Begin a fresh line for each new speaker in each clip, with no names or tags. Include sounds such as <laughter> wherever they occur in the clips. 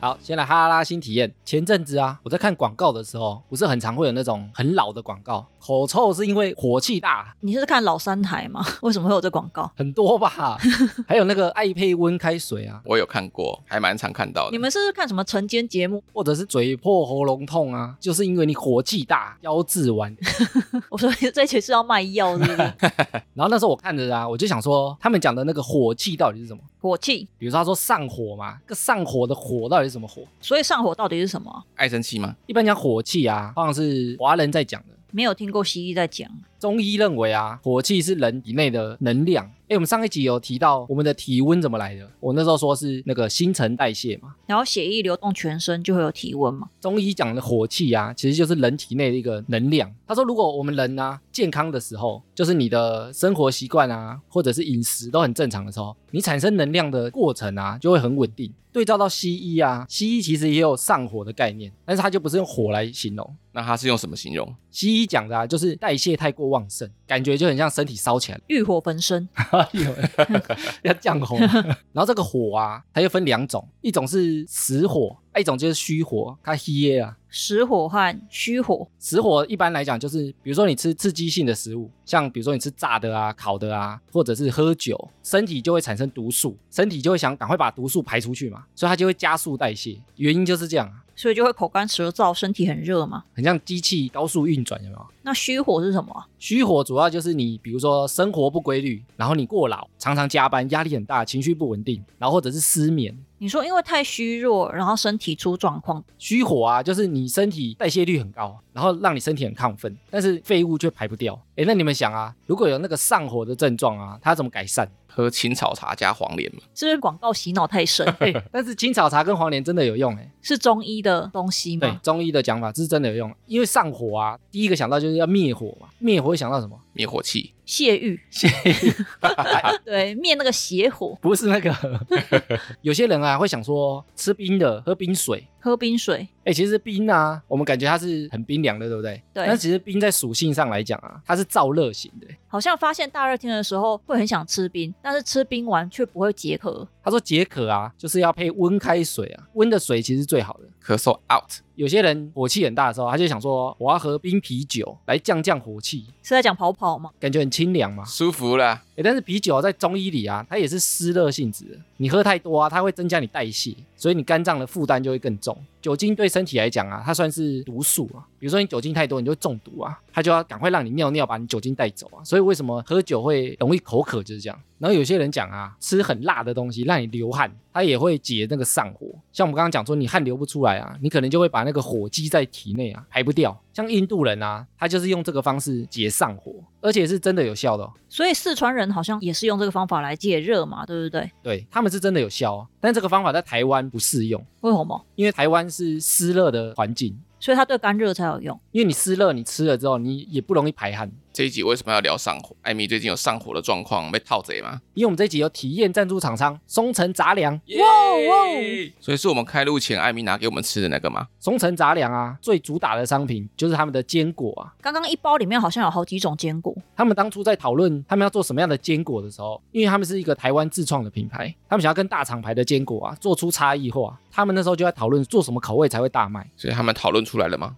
好，先来哈拉新体验。前阵子啊，我在看广告的时候，不是很常会有那种很老的广告，口臭是因为火气大，
你是看老三台吗？ <laughs> 为什么会有这广告？
很多吧？还有那个艾佩温开水啊，
我有看过，还蛮常看到
你
的。
们是不是看什么晨间节目？ <laughs>
或者是嘴破喉咙痛啊，就是因为你火气大，腰治完。
我说这群是要卖药，是不 <laughs> 是？
然后那时候我看着啊，我就想说，他们讲的那个火气到底是什么？
火气，
比如说他说上火嘛，这个上火的火到底是什么火？
所以上火到底是什么？啊
爱生气吗？
一般讲火气啊，好像是华人在讲的。
没有听过西医在讲，
中医认为啊，火气是人体内的能量。哎，我们上一集有提到我们的体温怎么来的，我那时候说是那个新陈代谢嘛。
然后血液流动全身就会有体温嘛。
中医讲的火气啊，其实就是人体内的一个能量。他说，如果我们人啊健康的时候，就是你的生活习惯啊，或者是饮食都很正常的时候，你产生能量的过程啊，就会很稳定。对照到西医啊，西医其实也有上火的概念，但是它就不是用火来形容。
那它是用什么形容？
西医讲的啊，就是代谢太过旺盛，感觉就很像身体烧起来了。
欲火焚身，
<laughs> 哎呦，要降火。然后这个火啊，它又分两种，一种是实火，啊一种就是虚火，它虚啊。
实火和虚火，
实火一般来讲就是，比如说你吃刺激性的食物，像比如说你吃炸的啊、烤的啊，或者是喝酒，身体就会产生毒素，身体就会想赶快把毒素排出去嘛，所以它就会加速代谢。原因就是这样啊，
所以就会口干舌燥，身体很热嘛。
很像机器高速运转，有没有？
那虚火是什么啊？
虚火主要就是你，比如说生活不规律，然后你过劳，常常加班，压力很大，情绪不稳定，然后或者是失眠，
你说因为太虚弱，然后身体出状况，
虚火啊，就是你身体代谢率很高，然后让你身体很亢奋，但是废物却排不掉。诶，那你们想啊，如果有那个上火的症状啊，它怎么改善？
喝青草茶加黄连嘛？
是不是广告洗脑太 <laughs> 深？
但是青草茶跟黄连真的有用诶。
是中医的东西
对
吗？
中医的啊讲法，这是真的有用，因为上火啊，第一个想到就是要灭火嘛，灭火会想到什么？
灭火器。
泄欲， <laughs> 对，灭那个邪火，
不是那个， <laughs> 有些人啊会想说吃冰的，喝冰水。
喝冰水，
哎、其实冰啊，我们感觉它是很冰凉的，对不对？
对
但其实冰在属性上来讲啊，它是燥热型的。
好像发现大热天的时候会很想吃冰，但是吃冰完却不会解渴。
他说解渴啊，就是要配温开水啊，温的水其实是最好的。
咳嗽 out，
有些人火气很大的时候，他就想说我要喝冰啤酒来降降火气，
是在讲跑跑吗？
感觉很清凉嘛。
舒服啦。
诶，但是啤酒啊在中医里啊，它也是湿热性质的，你喝太多啊，它会增加你代谢，所以你肝脏的负担就会更重。酒精对身体来讲啊，它算是毒素啊。比如说你酒精太多，你就会中毒啊，它就要赶快让你尿尿把你酒精带走啊。所以为什么喝酒会容易口渴就是这样。然后有些人讲啊，吃很辣的东西让你流汗，它也会解那个上火。像我们刚刚讲说，你汗流不出来啊，你可能就会把那个火积在体内啊，排不掉。像印度人啊，他就是用这个方式解上火，而且是真的有效的、哦。
所以四川人好像也是用这个方法来解热嘛，对不对？
对，他们是真的有效、哦，但这个方法在台湾不适用，
为什么？
因为台湾是湿热的环境，
所以它对干热才有用。
因为你湿热，你吃了之后你也不容易排汗。
这一集为什么要聊上火？艾米最近有上火的状况，被套贼吗？
因为我们这一集有体验赞助厂商松城杂粮，
哇哦！所以是我们开录前艾米拿给我们吃的那个吗？
松城杂粮啊，最主打的商品就是他们的坚果啊。
刚刚一包里面好像有好几种坚果，
他们当初在讨论他们要做什么样的坚果的时候，因为他们是一个台湾自创的品牌，他们想要跟大厂牌的坚果啊做出差异化。他们那时候就在讨论做什么口味才会大卖。
所以他们讨论出来了吗？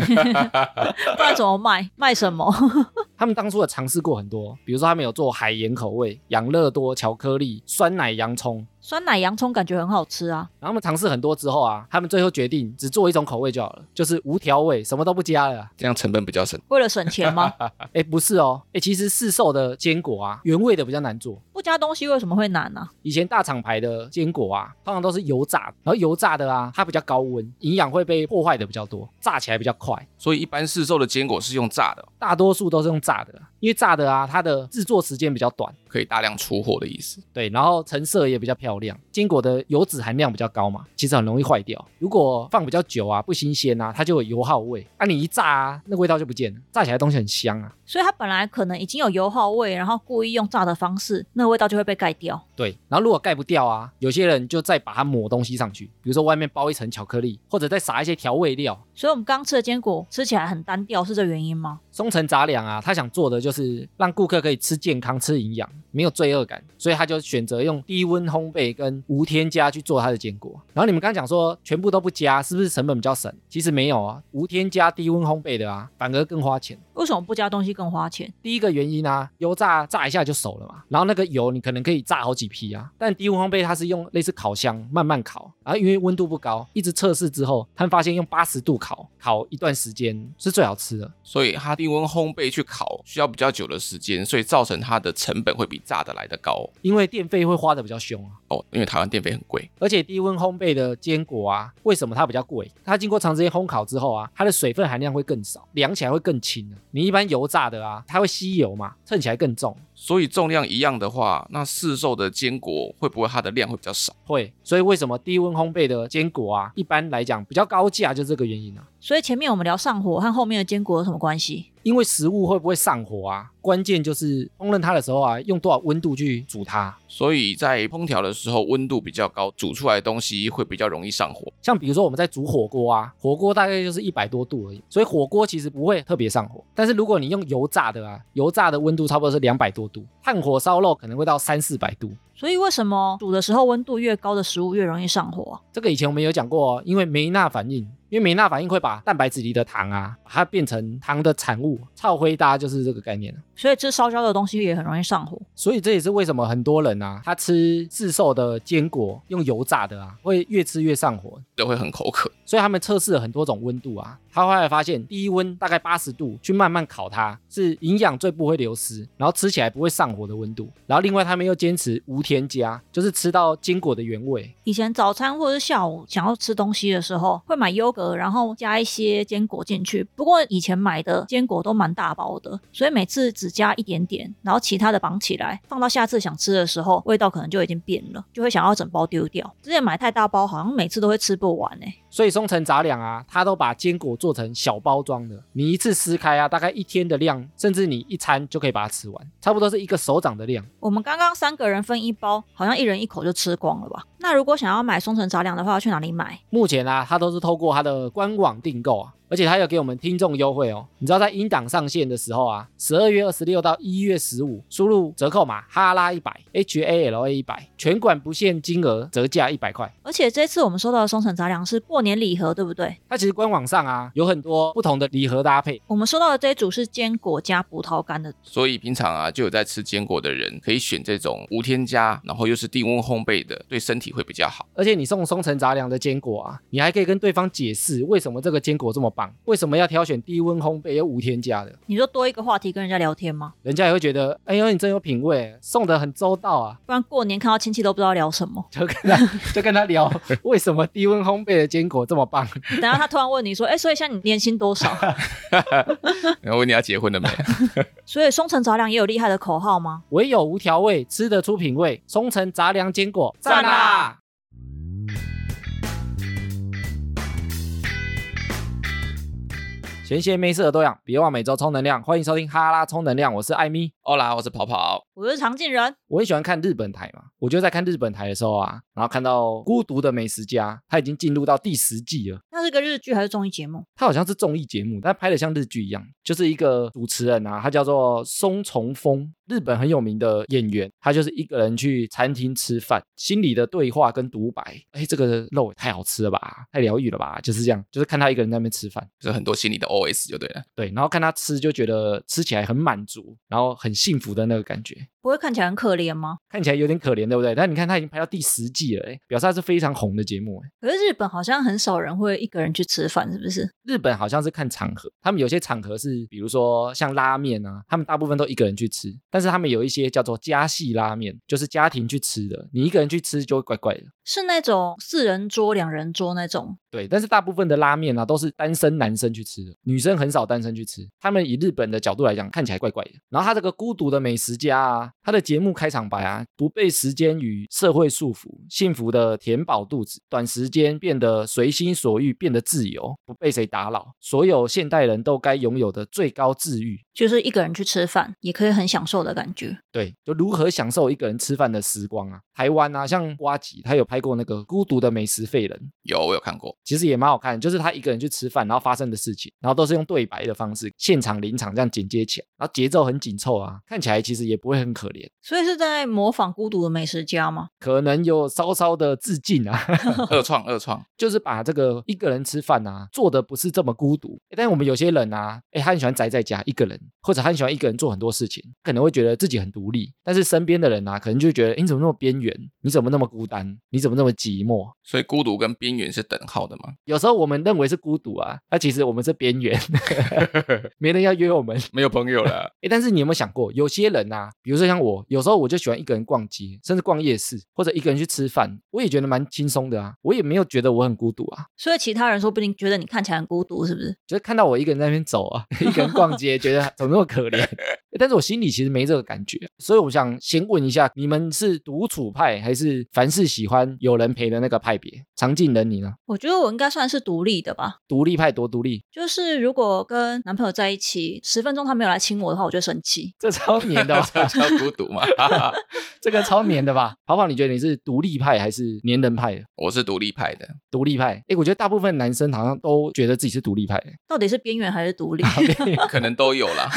不然怎么卖？卖什么？ <laughs>
他们当初有尝试过很多，比如说他们有做海盐口味、养乐多、巧克力、酸奶洋葱。
酸奶洋葱感觉很好吃啊，
然后他们尝试很多之后啊，他们最后决定只做一种口味就好了，就是无调味，什么都不加了啊。
这样成本比较省。
为了省钱吗？
哎，不是哦，哎，其实市售的坚果啊，原味的比较难做。
不加东西为什么会难呢、啊
以前大厂牌的坚果啊，通常都是油炸，然后油炸的啊，它比较高温，营养会被破坏的比较多，炸起来比较快。
所以一般市售的坚果是用炸的，哦
大多数都是用炸的啦，因为炸的啊，它的制作时间比较短，
可以大量出货的意思。
对，然后成色也比较漂亮，坚果的油脂含量比较高嘛，其实很容易坏掉。如果放比较久啊，不新鲜啊，它就有油耗味。啊，你一炸啊，那个味道就不见了，炸起来的东西很香啊。
所以它本来可能已经有油耗味，然后故意用炸的方式，那个味道就会被盖掉。
对，然后如果盖不掉啊，有些人就再把它抹东西上去，比如说外面包一层巧克力，或者再撒一些调味料。
所以我们刚吃的坚果吃起来很单调，是这原因吗？
松城杂粮啊，他想做的就是让顾客可以吃健康、吃营养，没有罪恶感，所以他就选择用低温烘焙跟无添加去做它的坚果。然后你们刚刚讲说全部都不加，是不是成本比较省？其实没有啊，无添加低温烘焙的啊，反而更花钱。
为什么不加东西更花钱？
第一个原因啊，油炸炸一下就熟了嘛，然后那个油你可能可以炸好几批啊。但低温烘焙它是用类似烤箱慢慢烤，然后因为温度不高，一直测试之后，他们发现用八十度烤，烤一段时间是最好吃的。
所以它低温烘焙去烤需要比较久的时间，所以造成它的成本会比炸的来的高
因为电费会花的比较凶啊。
哦，因为台湾电费很贵，
而且低温烘焙的坚果啊，为什么它比较贵？它经过长时间烘烤之后啊，它的水分含量会更少，量起来会更轻、啊。你一般油炸的啊，它会吸油嘛，称起来更重，
所以重量一样的话，那市售的坚果会不会它的量会比较少？
会。所以为什么低温烘焙的坚果啊，一般来讲比较高价，就这个原因啊。
所以前面我们聊上火和后面的坚果有什么关系？
因为食物会不会上火啊，关键就是烹饪它的时候啊，用多少温度去煮它。
所以在烹调的时候温度比较高，煮出来的东西会比较容易上火。
像比如说我们在煮火锅啊，火锅大概就是一百多度而已，所以火锅其实不会特别上火。但是如果你用油炸的啊，油炸的温度差不多是两百多度，炭火烧肉可能会到三四百度。
所以为什么煮的时候温度越高的食物越容易上火啊、
这个以前我们有讲过、哦，因为梅纳反应，因为梅纳反应会把蛋白质里的糖啊，把它变成糖的产物，超灰搭就是这个概念了。
所以吃烧焦的东西也很容易上火。
所以这也是为什么很多人啊，他吃自售的坚果用油炸的啊，会越吃越上火。
都会很口渴。
所以他们测试了很多种温度啊，他后来发现低温大概八十度去慢慢烤它，是营养最不会流失，然后吃起来不会上火的温度。然后另外他们又坚持无添加，就是吃到坚果的原味。
以前早餐或者是下午想要吃东西的时候，会买优格，然后加一些坚果进去。不过以前买的坚果都蛮大包的，所以每次只加一点点，然后其他的绑起来，放到下次想吃的时候，味道可能就已经变了，就会想要整包丢掉。之前买太大包，好像每次都会吃不完哎、
所以松城杂粮啊，它都把坚果做成小包装的，你一次撕开啊，大概一天的量，甚至你一餐就可以把它吃完，差不多是一个手掌的量。
我们刚刚三个人分一包，好像一人一口就吃光了吧？那如果想要买松城杂粮的话，要去哪里买？
目前啊，它都是透过它的官网订购啊，而且它有给我们听众优惠哦。你知道在音档上线的时候啊，十二月二十六到一月十五，输入折扣码哈拉一百 H A L A 一百，全馆不限金额，折价一百块。
而且这次我们收到的松城杂粮是过年礼盒，对不对？
它其实官网上啊有很多不同的礼盒搭配，
我们收到的这一组是坚果加葡萄干的，
所以平常啊，就有在吃坚果的人可以选这种无添加，然后又是低温烘焙的，对身体会比较好。
<laughs> 而且你送松城杂粮的坚果啊，你还可以跟对方解释为什么这个坚果这么棒，为什么要挑选低温烘焙又无添加的，
你就多一个话题跟人家聊天吗？
人家也会觉得，哎呦你真有品味，送的很周到啊。
不然过年看到亲戚都不知道聊什么。
就跟他就跟他聊为什么低温烘焙的坚果这么棒，
等下他突然问你说：“哎、所以现在你年薪多少
然后问你要结婚了没？？”
所以松城杂粮也有厉害的口号吗？
唯有无调味吃得出品味，松城杂粮坚果啊
赞啦！
闲闲没事的多养，别忘每周充能量。欢迎收听哈拉充能量，我是艾米。
哦啦，我是跑跑。
我是常进人，
我很喜欢看日本台嘛，我就在看日本台的时候啊，然后看到《孤独的美食家》，它已经进入到第十季了。
那是个日剧还是综艺节目？
它好像是综艺节目，但拍的像日剧一样，就是一个主持人啊，他叫做松重丰，日本很有名的演员，他就是一个人去餐厅吃饭，心里的对话跟独白，哎，这个肉也太好吃了吧，太疗愈了吧，就是这样，就是看他一个人在那边吃饭，
就是很多心里的 OS 就对了，
对，然后看他吃就觉得吃起来很满足，然后很幸福的那个感觉。
不会看起来很可怜吗？
看起来有点可怜，对不对？但你看他已经拍到第十季了，哎，表示他是非常红的节目，哎。
可是日本好像很少人会一个人去吃饭，是不是？
日本好像是看场合，他们有些场合是，比如说像拉面啊，他们大部分都一个人去吃，但是他们有一些叫做家系拉面，就是家庭去吃的，你一个人去吃就会怪怪的。
是那种四人桌、两人桌那种。
对，但是大部分的拉面啊都是单身男生去吃的，女生很少单身去吃。他们以日本的角度来讲，看起来怪怪的。然后他这个孤独的美食家啊，他的节目开场白啊，不被时间与社会束缚，幸福的填饱肚子，短时间变得随心所欲，变得自由，不被谁打扰，所有现代人都该拥有的最高治愈。
就是一个人去吃饭，也可以很享受的感觉。
对，就如何享受一个人吃饭的时光啊！台湾啊，像瓜吉，他有拍过那个《孤独的美食废人》，
有我有看过， <laughs>
其实也蛮好看的，就是他一个人去吃饭，然后发生的事情，然后都是用对白的方式，现场临场这样剪接起来，然后节奏很紧凑啊，看起来其实也不会很很可怜，
所以是在模仿孤独的美食家吗？
可能有稍稍的致敬啊， <laughs>
二创二创，
就是把这个一个人吃饭啊做的不是这么孤独。欸诶但是我们有些人啊，哎，他很喜欢宅在家一个人，或者他很喜欢一个人做很多事情，可能会觉得自己很独立，但是身边的人啊，可能就觉得诶你怎么那么边缘，你怎么那么孤单，你怎么那么寂寞？
所以孤独跟边缘是等号的
<laughs>
吗？
有时候我们认为是孤独啊，那、其实我们是边缘， <laughs> 没人要约我们。
没有朋友了，
哎，但是你有没有想过，有些人啊，比如说像我，有时候我就喜欢一个人逛街，甚至逛夜市，或者一个人去吃饭，我也觉得蛮轻松的啊，我也没有觉得我很孤独啊。
所以其他人说不定觉得你看起来很孤独，是不是？
就是看到我一个人在那边走啊， <laughs> 一个人逛街，觉得怎么那么可怜？ <laughs> 但是我心里其实没这个感觉，所以我想先问一下，你们是独处派还是凡事喜欢有人陪的那个派别？常进人你呢？
我觉得我应该算是独立的吧。
独立派多独立，
就是如果跟男朋友在一起十分钟他没有来亲我的话，我就会生气。
这超 <laughs> 黏的吧？
这叫孤独嘛？
这个超黏的吧？跑跑，你觉得你是独立派还是黏人派的？
<laughs>
啊
我是独立派的，
独立派，诶，我觉得大部分男生好像都觉得自己是独立派，欸
到底是啊边缘还是独立？
可能都有啦。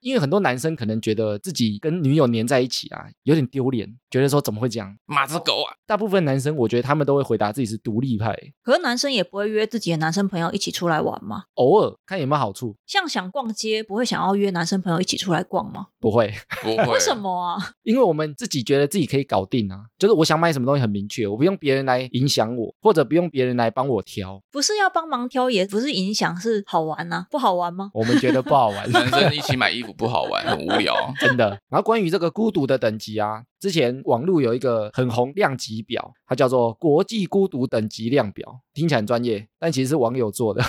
因为很多男生可能觉得自己跟女友黏在一起啊，有点丢脸，觉得说怎么会这样？
马子狗啊，
大部分男生我觉得他们都会回答自己是独立派，
<laughs> 可是男生也不会约自己的男生朋友一起出来玩吗？
偶尔看有没有好处，
像想逛街，不会想要约男生朋友一起出来逛吗？
不会，
<laughs>
<laughs>
不会，
为什？么啊？
因为我们自己觉得自己可以搞定啊，就是我想买什么东西很明确，我不用别人来影响我，或者不用别人来帮我挑，
不是要帮忙挑，也不是影响，是好玩呐、不好玩 <laughs> 吗？
我们觉得不好玩。 <laughs>
男生一起买衣服不好玩，很无聊。
真的。然后关于这个孤独的等级啊，之前网络有一个很红量级表，它叫做国际孤独等级量表，听起来很专业，但其实是网友做的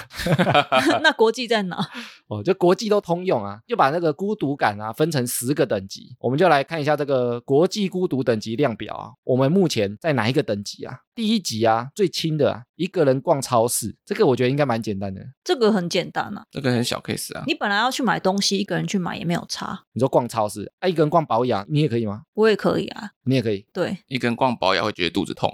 那国际在哪？ <laughs>
哦，就国际都通用啊，就把那个孤独感啊分成十个等级，我们就来看一下这个国际孤独等级量表啊，我们目前在哪一个等级啊？第一级啊，最轻的、啊，一个人逛超市，这个我觉得应该蛮简单的。
这个很简单啊，
这个很小 case 啊，
你本来要去买东西，一个人去买也没有差，
你说逛超市，啊，一个人逛保养，你也可以吗？
我也可以啊。
你也可以，
对，
一根逛保养会觉得肚子痛。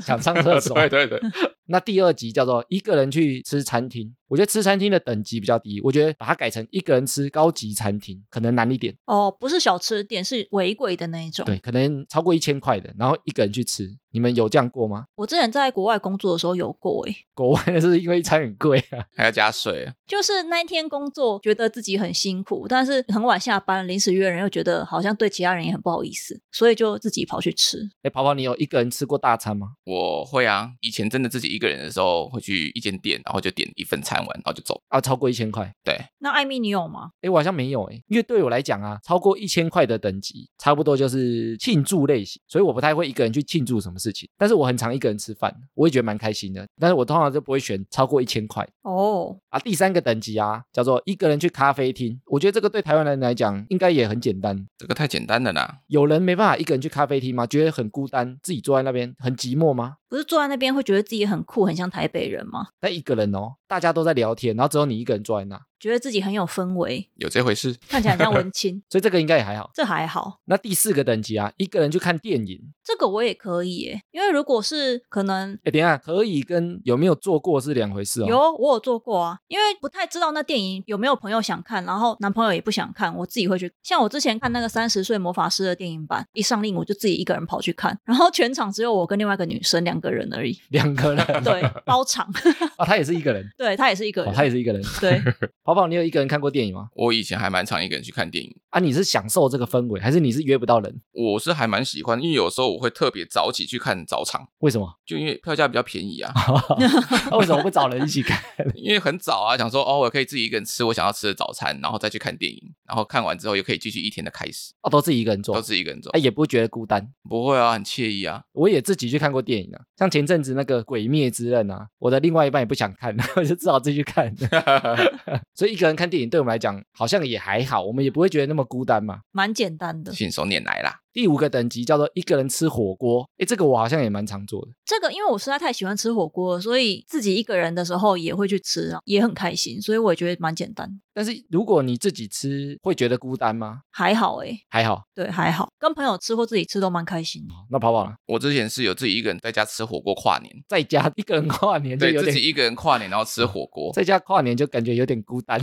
想上厕所。
<laughs> 对对对，
那第二集叫做一个人去吃餐厅，我觉得吃餐厅的等级比较低，我觉得把它改成一个人吃高级餐厅可能难一点，
哦，不是小吃店，是违规的那一种。
对，可能超过一千块的，然后一个人去吃，你们有这样过吗？
我之前在国外工作的时候有过、欸，诶，
国外的是因为一餐很贵啊，
还要加水，
就是那一天工作觉得自己很辛苦，但是很晚下班，临时约人又觉得好像对其他人也很不好意思，所以就自己跑去吃。
哎，跑跑，你有一个人吃过大餐吗？
我会啊。以前真的自己一个人的时候，会去一间店，然后就点一份餐完，然后就走。
啊，超过一千块。
对，
那艾米，你有吗？
哎，我好像没有哎，因为对我来讲啊，超过一千块的等级，差不多就是庆祝类型，所以我不太会一个人去庆祝什么事情。但是我很常一个人吃饭，我也觉得蛮开心的。但是我通常就不会选超过一千块
哦，
啊。第三个等级啊，叫做一个人去咖啡厅，我觉得这个对台湾人来讲应该也很简单。
这个太简单了啦。
有人没办法一个人去咖啡厅吗？觉得很孤单，自己坐在那边很寂寞吗？
不是坐在那边会觉得自己很酷，很像台北人吗？
但一个人哦，大家都在聊天，然后只有你一个人坐在那，，
觉得自己很有氛围，
有这回事？
看起来很像文青 <laughs>
所以这个应该也还好。
这还好。
那第四个等级啊，一个人去看电影，
这个我也可以耶，因为如果是可能
哎，等一下可以跟有没有做过是两回事哦。
有我有做过啊，因为不太知道那电影有没有朋友想看，然后男朋友也不想看，我自己会去。像我之前看那个《三十岁魔法师》的电影版，一上映我就自己一个人跑去看，然后全场只有我跟另外一个女生两个人
<laughs>
而已，
两个人，
<laughs> 对，包场，
啊，他也是一个人，
对他也是一个
哦
人，，
他也是一个人。
对，
<laughs> 跑跑，你有一个人看过电影吗？
我以前还蛮常一个人去看电影，
啊，你是享受这个氛围，还是你是约不到人？
我是还蛮喜欢，因为有时候我会特别早起去看早场，
为什么？ <laughs>
就因为票价比较便宜啊， <laughs>
啊为什么不找人一起看？
因为很早啊，想说哦，我可以自己一个人吃我想要吃的早餐，然后再去看电影，然后看完之后又可以继续一天的开始，
哦，都自己一个人做
都，自己一个人走
哎，，也不觉得孤单。
不会啊，很惬意啊。
我也自己去看过电影啊，像前阵子那个《鬼灭之刃》啊，我的另外一半也不想看， <laughs> 我就只好自己去看。 <laughs> 所以一个人看电影对我们来讲好像也还好，我们也不会觉得那么孤单嘛。
蛮简单的。
信手拈来啦，
第五个等级叫做一个人吃火锅，诶，这个我好像也蛮常做的。
这个因为我实在太喜欢吃火锅了，所以自己一个人的时候也会去吃啊，也很开心，所以我也觉得蛮简单，
但是如果你自己吃，会觉得孤单吗？
还好诶、
还好，
对，还好，跟朋友吃或自己吃都蛮开心的。
那跑跑呢？
我之前是有自己一个人在家吃火锅跨年，
在家一个人跨年就
对
有
自己
点，
一个人跨年然后吃火
<laughs>
锅，
在家跨年就感觉有点孤
<laughs>
单。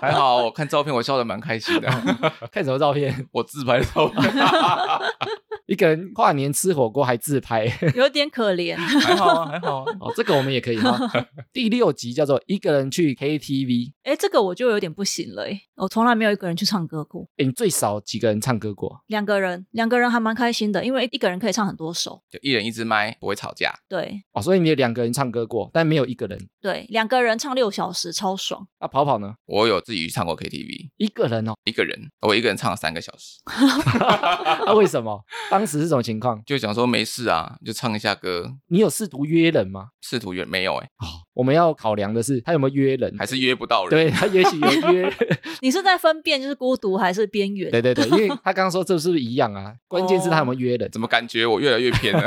还好我看照片我笑得蛮开
<laughs>
心的，
看什么照片？
我自拍的照片，
一个人跨年吃火锅还自拍，
<laughs> 有点可怜，
还好啊，还好啊。
哦，这个我们也可以
<laughs>
哈。第六集叫做一个人去 KTV，
哎，这个我就有点不行了诶，我从来没有一个人去唱歌过，
诶你最少几个人唱歌过？
两个人，两个人还蛮开心的，因为一个人可以唱很多首，
就一人一支麦，不会吵架。
对
哦，所以你有两个人唱歌过，但没有一个人。
对，两个人唱六小时超爽， <laughs>
那跑跑呢？
我有自己去唱过 KTV，
一个人哦，
一个人，我一个人唱了三个小时，
那啊为什么？当时是什么情况？
就想说没事啊，就唱一下歌。
你有试图约人吗？
试图约没有哎、
我们要考量的是他有没有约人，
还是约不到人。
对他也许有
<laughs>
约。
你是在分辨就是孤独还是边缘？
对对对，因为他刚刚说这是不是一样啊？关键是他有没有约人。
哦怎么感觉我越来越偏了？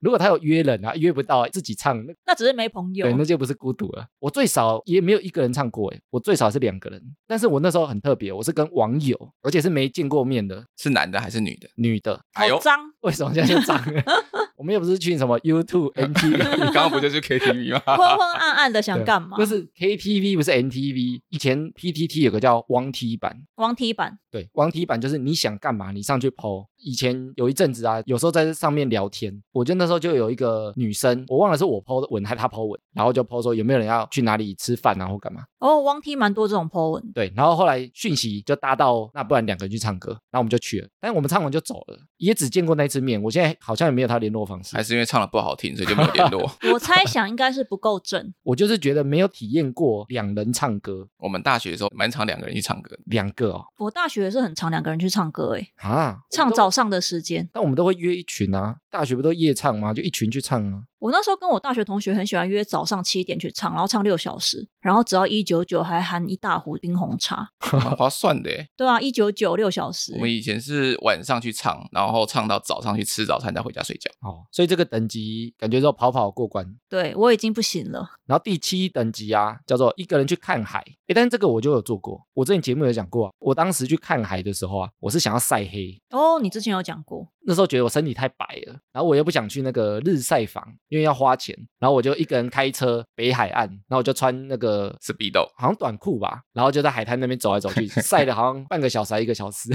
如果他有约人啊，约不到自己唱，那
那只是没朋友
对，。那就不是孤独了。我最少也没有一个人唱过，诶，我最少是两个人。但是我那时候很特别，我是跟网友，而且是没见过面的
是男的还是女的？
女的。
哎呦
好，
<laughs>
脏，
为什么现在就涨？ <laughs> 我们又不是去什么 YouTube、
你
NTV，
刚刚不就去 KTV
昏
吗？
昏暗暗的想干嘛
不？是 KTV，不是 NTV。以前 PTT 有个叫汪 T 版，
光踢板，
对，网体版就是你想干嘛，你上去 PO。以前有一阵子啊，有时候在这上面聊天，我就那时候就有一个女生，我忘了是我 PO 的文还是她 PO 文，然后就 PO 说有没有人要去哪里吃饭啊或干嘛。
哦，汪踢蛮多这种 po 文，
对，然后后来讯息就搭到，那不然两个人去唱歌，然后我们就去了，但我们唱完就走了，也只见过那一次面。我现在好像也没有她联络方式
还，是因为唱的不好听，所以就没有联络？ <laughs>
我猜想应该是不够正，
我就是觉得没有体验过两人唱歌，
我们大学的时候蛮常两个人去唱歌，
两个哦
我大学也是很常两个人去唱歌，诶，
啊，
唱
照，
早上的时间。
但我们都会约一群啊，大学不都夜唱吗？就一群去唱啊。
我那时候跟我大学同学很喜欢约早上七点去唱，然后唱六小时，然后只要一九九，还含一大壶冰红茶。
蛮划算的欸。
对啊，一九九六小时
我，们以前是晚上去唱，然后唱到早上去吃早餐，再回家睡觉。
哦，所以这个等级感觉说跑跑过关。
对我已经不行了。
然后第七等级啊，叫做一个人去看海。诶，但是这个我就有做过，我之前节目有讲过、啊，我当时去看海的时候啊，我是想要晒黑，
哦，你之前有讲过，
那时候觉得我身体太白了，然后我又不想去那个日晒房，因为要花钱，然后我就一个人开车北海岸，然后我就穿那个
是必斗，
好像短裤吧，然后就在海滩那边走来走
<laughs>
去，晒了好像半个小时还一个小时，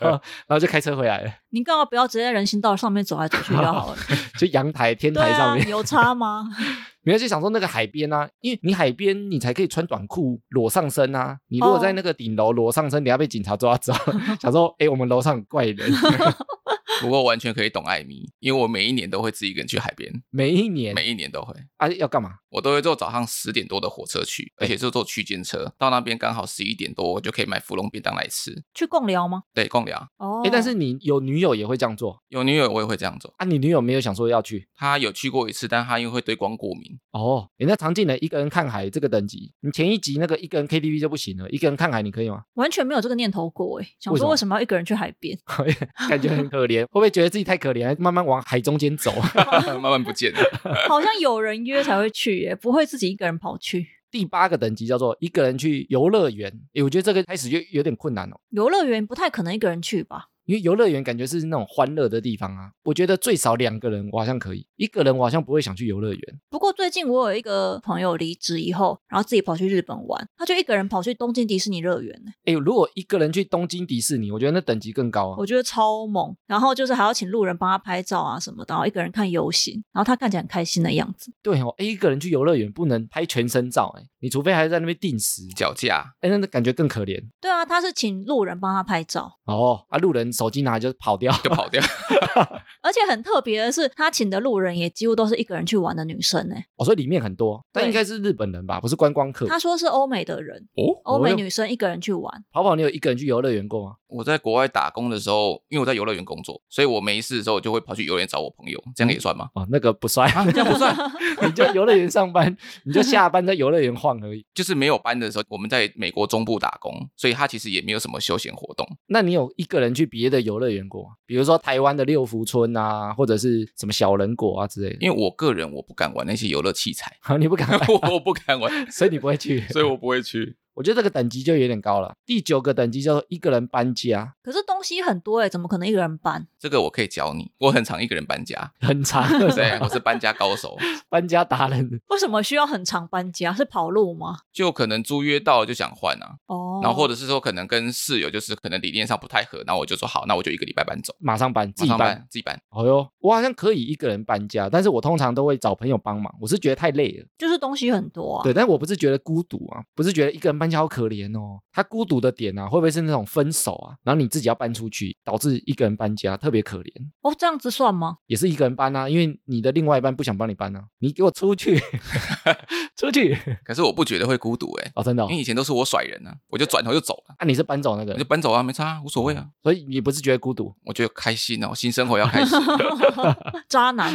然后然后就开车回来了， <laughs>
你干嘛不要直接在人行道上面走来走去就好了？
就阳台天
对
台上
啊，
面，
有差吗？ <laughs>
没有就想说那个海边啊，因为你海边你才可以穿短裤裸上身啊。你如果
哦
在那个顶楼裸上身，你要被警察抓走。 <laughs> 想说，哎、我们楼上很怪
<laughs>
人，
不过完全可以懂艾米，因为我每一年都会自己一个人去海边，
每一年
每一年都会。
啊要干嘛？
我都会坐早上十点多的火车去，而且是坐区间车，到那边刚好十一点多，我就可以买芙蓉便当来吃。
去共聊吗？
对，共聊
哦
哎、但是你有女友也会这样做
有女友我也会这样做，
啊？你女友没有想说要去
她有去过一次，但她因为会对光过敏， <laughs>
哦？人家常进的一个人看海这个等级，你前一集那个一个人 KTV 就不行了，一个人看海你可以吗？
完全没有这个念头过哎，想
为什
说
么
为什么要一个人去海边？ <laughs>
感觉很可怜，会不会觉得自己太可怜，慢慢往海中间走？ <laughs>
慢慢不见了。
好像有人约才会去耶，不会自己一个人跑去。
第八个等级叫做一个人去游乐园，哎、我觉得这个开始就有点困难哦。
游乐园不太可能一个人去吧？
因为游乐园感觉是那种欢乐的地方啊，我觉得最少两个人我好像可以，一个人我好像不会想去游乐园。
不过最近我有一个朋友离职以后，然后自己跑去日本玩，他就一个人跑去东京迪士尼乐园耶，
哎，如果一个人去东京迪士尼，我觉得那等级更高啊
我。觉得超猛。然后就是还要请路人帮他拍照啊什么的，然后一个人看游行，然后他看起来很开心的样子。
对哦，诶一个人去游乐园不能拍全身照，哎，你除非还在那边定时，
脚架，
哎，那那感觉更可怜
对啊，他是请路人帮他拍照，
哦。啊，路人手机拿就跑掉，
就跑掉。
而且很特别的是，他请的路人也几乎都是一个人去玩的女生呢。
哦，所以里面很多，但
对
应该是日本人吧，不是观光客。
他说是欧美的人，
哦，
欧
哦
美
哟
女生一个人去玩，
跑跑，你有一个人去游乐园过吗？
我在国外打工的时候，因为我在游乐园工作，所以我没事的时候就会跑去游乐园找我朋友，这样也算吗？ <laughs>
哦，那个不算，
啊，这样不算，
<laughs> 你就游乐园上
<laughs>
班，你就下班在游乐园晃而已。
就是没有班的时候，我们在美国中部打工，所以他其实也没有什么休闲活动。
那你有一个人去别的游乐园过吗？比如说台湾的六福村啊，或者是什么小人国啊之类的？，
因为我个人我不敢玩那些游乐器材
<laughs> 好，你不敢
<laughs>
玩，
我我不敢玩，
所以你不会去。
所以我不会去。
我觉得这个等级就有点高了。第九个等级叫做一个人搬家，
可是东西很多哎、怎么可能一个人搬？
这个我可以教你，我很常一个人搬家，
很长，
<laughs> 对，我是搬家高
<laughs>
手，
搬家达人。
为什么需要很常搬家？是跑路吗？
就可能租约到了就想换啊，
哦，
然后或者是说可能跟室友就是可能理念上不太合，然后我就说好，那我就一个礼拜搬走，
马上搬，自
马
己
上
搬。，
自己搬。
哦哟，我好像可以一个人搬家，但是我通常都会找朋友帮忙。我是觉得太累了，
就是东西很多啊。
对，但我不是觉得孤独啊，不是觉得一个人搬家好可怜哦。他孤独的点啊，会不会是那种分手啊，然后你自己要搬出去，导致一个人搬家特别可怜？
哦，这样子算吗？
也是一个人搬啊，因为你的另外一半不想帮你搬啊，你给我出去， <laughs> 出去
可是我不觉得会孤独哎、
哦，真的、哦啊
因为，以前都是我甩人啊，我就转头就走了，
那、你是搬走那个
我就
人，
搬走啊，没差啊，无所谓啊，
所以你不是觉得孤独？
我觉得开心哦，新生活要开心。
渣男，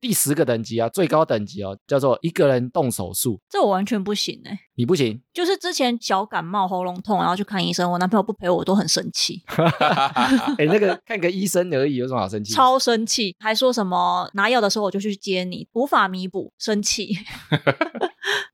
第十个等级啊，最高等级哦，叫做一个人动手术，
这我完全不行哎、
你不行，
就是之前小感冒、喉咙痛，然后去看医生，我男朋友不陪我，我都很生气，
哎，那个看个医生而已，有什么好生气？
超生气，还说什么拿药的时候我就去接你，无法弥补，生气。 <laughs>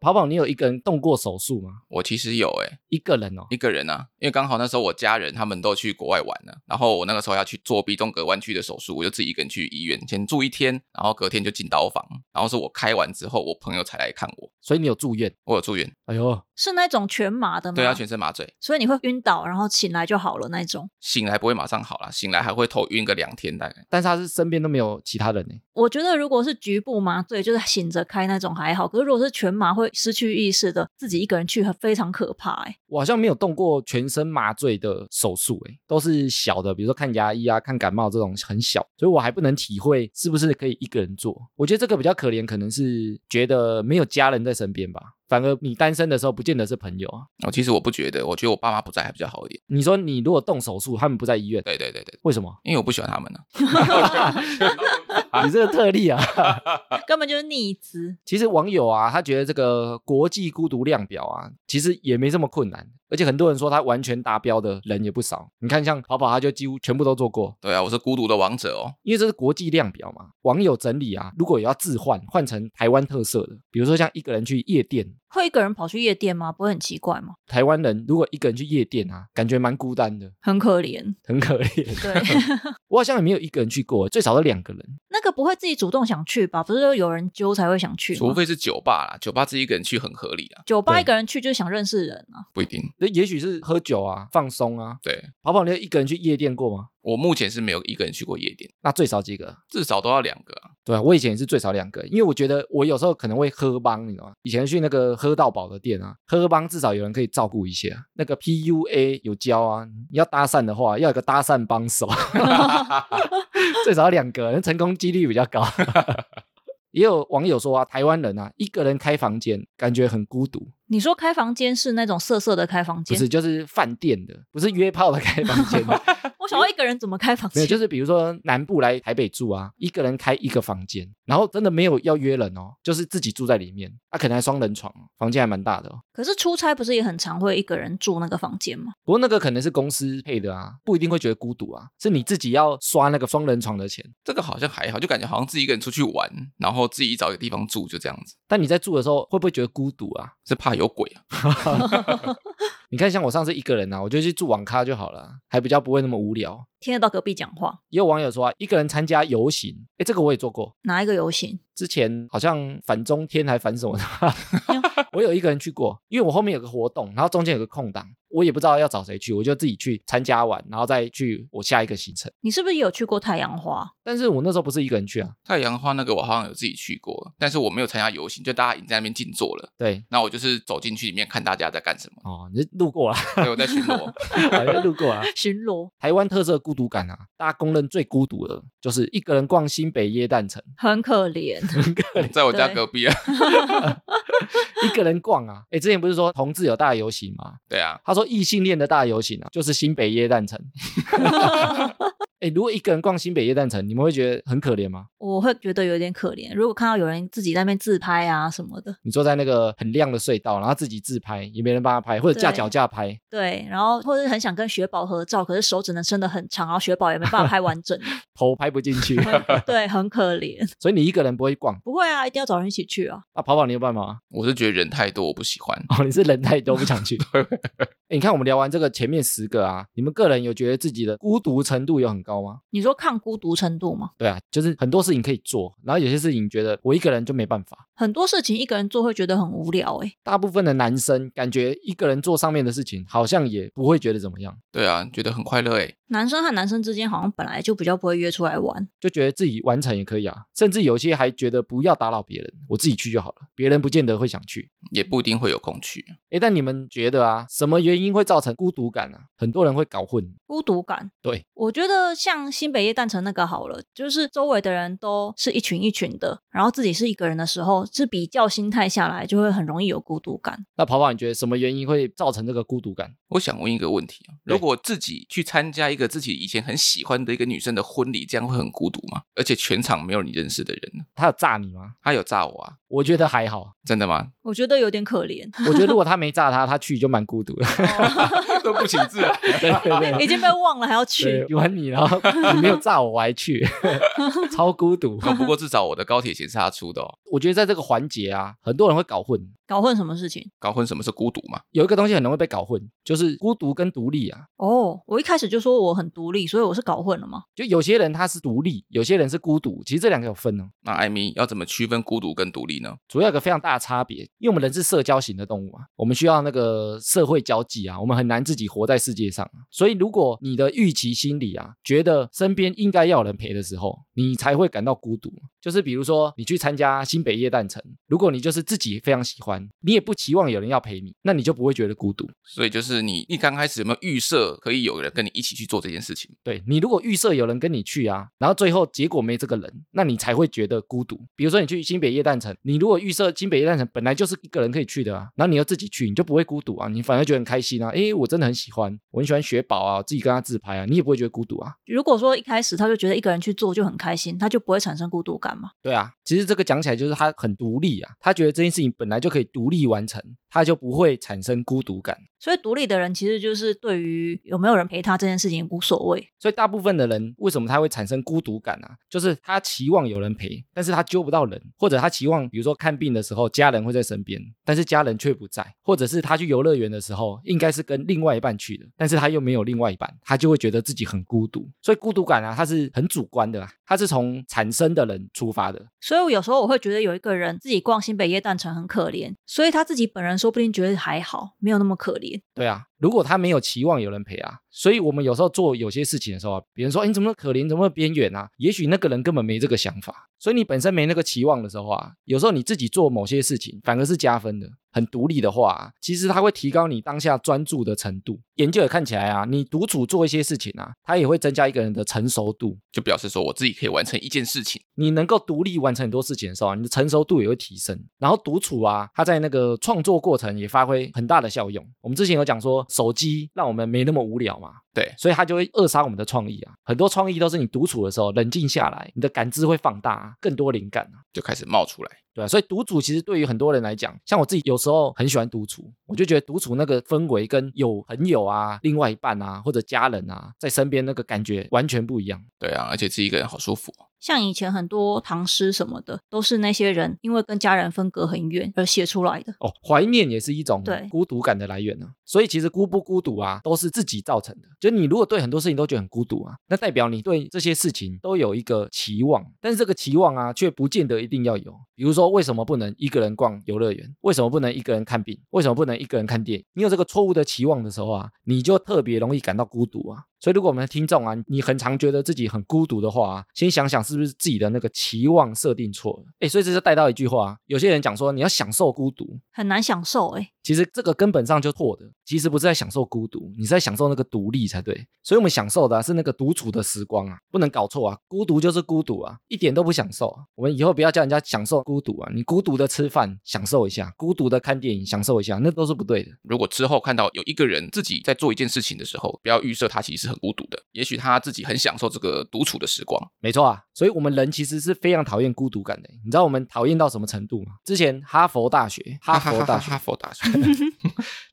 跑跑，你有一个人动过手术吗？
我其实有哎、
一个人哦，
一个人啊，因为刚好那时候我家人他们都去国外玩了，然后我那个时候要去做鼻中隔弯曲的手术，我就自己一个人去医院先住一天，然后隔天就进刀房，然后是我开完之后，我朋友才来看我，
所以你有住院。
我有住院，
哎呦，
是那种全麻的吗？
对啊，全身麻醉，
所以你会晕倒，然后醒来就好了那种。
醒来不会马上好啦，醒来还会头晕个两天大概。
但是他是身边都没有其他人呢，
我觉得如果是局部麻醉，就是醒着开那种还好，可是如果是全麻会失去意识的，自己一个人去非常可怕哎、
我好像没有动过全身麻醉的手术，哎，都是小的，比如说看牙医啊、看感冒这种很小，所以我还不能体会是不是可以一个人做。我觉得这个比较可怜，可能是觉得没有家人在身边吧。反而你单身的时候，不见得是朋友啊。
哦，其实我不觉得，我觉得我爸妈不在还比较好一点。
你说你如果动手术，他们不在医院，
对对对对，
为什么？ <laughs>
因为我不喜欢他们呢、啊
你这个特例啊！ <laughs>
根本就是逆资。
其实网友啊，他觉得这个国际孤独量表啊，其实也没这么困难，而且很多人说他完全达标的人也不少。你看，像跑跑，他就几乎全部都做过，
对啊，我是孤独的王者哦。
因为这是国际量表嘛。网友整理啊，如果有要置换，换成台湾特色的，比如说像一个人去夜店，
会一个人跑去夜店吗？不会很奇怪吗？
台湾人如果一个人去夜店啊，感觉蛮孤单的，
很可
<laughs>
怜，
很可怜。 <laughs>
对， <laughs>
我好像也没有一个人去过，最少都两个人。
那个不会自己主动想去吧？不是说有人揪才会想去吗？
除非是酒吧啦，酒吧自己一个人去很合理啊，
酒吧
对
一个人去就是想认识人啊。
不一定。
那也许是喝酒啊，放松啊。
对
跑跑，你有一个人去夜店过吗？
我目前是没有一个人去过夜店，
那最少几个？
至少都要两个啊。
对啊，我以前也是最少两个，因为我觉得我有时候可能会喝帮，你知道吗？以前去那个喝到饱的店啊，喝帮至少有人可以照顾一下。那个 PUA 有教啊，你要搭讪的话，要有个搭讪帮手， <laughs> 最少要两个人，成功几率比较高。也有网友说啊，台湾人啊，一个人开房间感觉很孤独，
你说开房间是那种色色的开房
不
间？
是就是饭店的，不是约炮的开房间，
我想要一个人怎么开房
没有，
间？
就是比如说南部来台北住啊，一个人开一个房间，然后真的没有要约人哦，就是自己住在里面，啊，可能还双人床，房间还蛮大的、哦。
可是出差不是也很常会一个人住那个房间吗？
不过那个可能是公司配的啊，不一定会觉得孤独啊，是你自己要刷那个双人床的钱。
这个好像还好，就感觉好像自己一个人出去玩，然后自己找一个地方住，就这样子，
但你在住的时候会不会觉得孤独啊？
是怕有鬼啊？
你看，像我上次一个人啊，我就去住网咖就好了啊，还比较不会那么无聊。
听得到隔壁讲话，
也有网友说啊，一个人参加游行，哎，这个我也做过，
哪一个游行？
之前好像反中天还反什么的， <laughs> 我有一个人去过，因为我后面有个活动，然后中间有个空档，我也不知道要找谁去，我就自己去参加完，然后再去我下一个行程。
你是不是也有去过太阳花？
但是我那时候不是一个人去啊，
太阳花那个我好像有自己去过，但是我没有参加游行，就大家已经在那边静坐了。
对，，
那我就是走进去里面看大家在干什么
哦，你是路过啊， <laughs>
对，我在巡
<laughs>
逻。
好像路过啊。
<laughs> 巡逻
台湾特色孤独感啊，大家公认最孤独的就是一个人逛新北耶诞城，
很可怜， <laughs>
在我家
对
隔壁啊，
一个人逛啊。哎、之前不是说同志有大游行吗？
<laughs> 对啊，
他说异性恋的大游行啊，就是新北耶诞城。 <laughs> 哎、如果一个人逛新北耶诞城，你们会觉得很可怜吗？
我会觉得有点可怜。如果看到有人自己在那边自拍啊什么的，
你坐在那个很亮的隧道，然后自己自拍，也没人帮他拍，或者架
对
脚架拍，
对，然后或者是很想跟雪宝合照，可是手只能伸得很长，然后雪宝也没办法拍完
<laughs>
整，
头拍不进去。 <laughs>
对，很可怜。
所以你一个人不会逛
不会啊，一定要找人一起去啊。
啊？跑跑你有办法吗？ <laughs>
我是觉得人太多，我不喜欢。
哦，你是人太多不想去。哎你看我们聊完这个前面十个啊，你们个人有觉得自己的孤独程度有很高吗？
你说抗孤独程度吗？
对啊，就是很多事情可以做，然后有些事情你觉得我一个人就没办法。
很多事情一个人做会觉得很无聊欸诶、
大部分的男生感觉一个人做上面的事情，好像也不会觉得怎么样，
对啊，觉得很快乐诶。
男生和男生之间好像本来就比较不会约出来玩，
就觉得自己完成也可以啊。甚至有些还觉得不要打扰别人，我自己去就好了，别人不见得会想去。
也不一定会有空去。
诶，但你们觉得啊，什么原因会造成孤独感啊？很多人会搞混，
孤独感。
对，
我觉得像新北夜诞城那个好了，就是周围的人都是一群一群的，然后自己是一个人的时候，是比较心态下来就会很容易有孤独感。
那跑跑，你觉得什么原因会造成这个孤独感？
我想问一个问题啊，
对
如果自己去参加一个自己以前很喜欢的一个女生的婚礼，这样会很孤独吗？而且全场没有你认识的人呢，
他有炸你吗？
她有炸我啊？
我觉得还好，
真的吗？
我觉得有点可怜，
我觉得如果他没炸他，他去就蛮孤独的。
<laughs> 都不请 <laughs> 自来。
<laughs> 对 <laughs> 对对。
已经被忘了还要
对啊
去，
有完你，然后你没有炸我，我还 <laughs> 去，超孤独。
哦不过至少我的高铁钱是她出的哦。
我觉得在这个环节啊，很多人会搞混，
搞混什么事情？
搞混什么是孤独嘛？
有一个东西很容易被搞混，就是孤独跟独立啊。
哦，我一开始就说我很独立，所以我是搞混了吗？
就有些人他是独立，有些人是孤独，其实这两个有分哦。
那艾米要怎么区分孤独跟独立呢？
主要有个非常大的差别，因为我们人是社交型的动物啊，我们需要那个社会交际啊，我们很难自己活在世界上啊。所以，如果你的预期心理啊，觉得身边应该要有人陪的时候，你才会感到孤独。就是比如说，你去参加新北夜诞城，如果你就是自己非常喜欢，你也不期望有人要陪你，那你就不会觉得孤独。
所以就是你一刚开始有没有预设可以有人跟你一起去做这件事情？
对你如果预设有人跟你去啊，然后最后结果没这个人，那你才会觉得孤独。比如说你去新北夜诞城，你如果预设新北夜诞城本来就是一个人可以去的啊，然后你又自己去，你就不会孤独啊，你反而觉得很开心啊。诶，我真的很喜欢，我很喜欢雪宝啊，我自己跟他自拍啊，你也不会觉得孤独啊。
如果说一开始他就觉得一个人去做就很开心，他就不会产生孤独感嘛？
对啊，其实这个讲起来就是他很独立啊，他觉得这件事情本来就可以独立完成，他就不会产生孤独感。
所以独立的人其实就是对于有没有人陪他这件事情无所谓。
所以大部分的人为什么他会产生孤独感啊？就是他期望有人陪，但是他揪不到人，或者他期望比如说看病的时候家人会在身边，但是家人却不在，或者是他去游乐园的时候应该是跟另外一半去的，但是他又没有另外一半，他就会觉得自己很孤独。所以孤独感啊，它是很主观的、啊，它是从产生的人出发的。
所以我有时候我会觉得有一个人自己逛新北夜诞城很可怜，所以他自己本人说不定觉得还好，没有那么可怜。
对啊，如果他没有期望有人陪啊，所以我们有时候做有些事情的时候啊，别人说哎你怎么那么可怜，怎么那么边缘啊？也许那个人根本没这个想法，所以你本身没那个期望的时候啊，有时候你自己做某些事情反而是加分的。很独立的话、啊，其实它会提高你当下专注的程度。研究也看起来啊，你独处做一些事情啊，它也会增加一个人的成熟度。
就表示说我自己可以完成一件事情。
你能够独立完成很多事情的时候啊，你的成熟度也会提升。然后独处啊，它在那个创作过程也发挥很大的效用。我们之前有讲说，手机让我们没那么无聊嘛，
对
所以它就会扼杀我们的创意啊。很多创意都是你独处的时候冷静下来，你的感知会放大、啊，更多灵感啊。
就开始冒出来。
对啊，所以独处其实对于很多人来讲，像我自己有时候很喜欢独处，我就觉得独处那个氛围跟有朋友啊、另外一半啊或者家人啊在身边那个感觉完全不一样。
对啊，而且自己一个人好舒服哦。
像以前很多唐诗什么的，都是那些人因为跟家人分隔很远而写出来的。
哦，怀念也是一种
对
孤独感的来源呢、所以其实孤不孤独啊，都是自己造成的。就你如果对很多事情都觉得很孤独啊，那代表你对这些事情都有一个期望，但是这个期望啊，却不见得一定要有。比如说，为什么不能一个人逛游乐园？为什么不能一个人看病？为什么不能一个人看电影？你有这个错误的期望的时候啊，你就特别容易感到孤独啊。所以，如果我们的听众啊，你很常觉得自己很孤独的话、啊，先想想是不是自己的那个期望设定错了。哎，所以这就带到一句话啊，有些人讲说你要享受孤独，
很难享受哎、
其实这个根本上就错的，其实不是在享受孤独，你是在享受那个独立才对。所以我们享受的啊、是那个独处的时光啊，不能搞错啊，孤独就是孤独啊，一点都不享受啊。我们以后不要叫人家享受孤独啊，你孤独的吃饭享受一下，孤独的看电影享受一下，那都是不对的。
如果之后看到有一个人自己在做一件事情的时候，不要预设他其实是很孤独的，也许他自己很享受这个独处的时光。
没错啊，所以我们人其实是非常讨厌孤独感的。你知道我们讨厌到什么程度吗？之前哈佛大学，哈佛大学
哈，佛大学，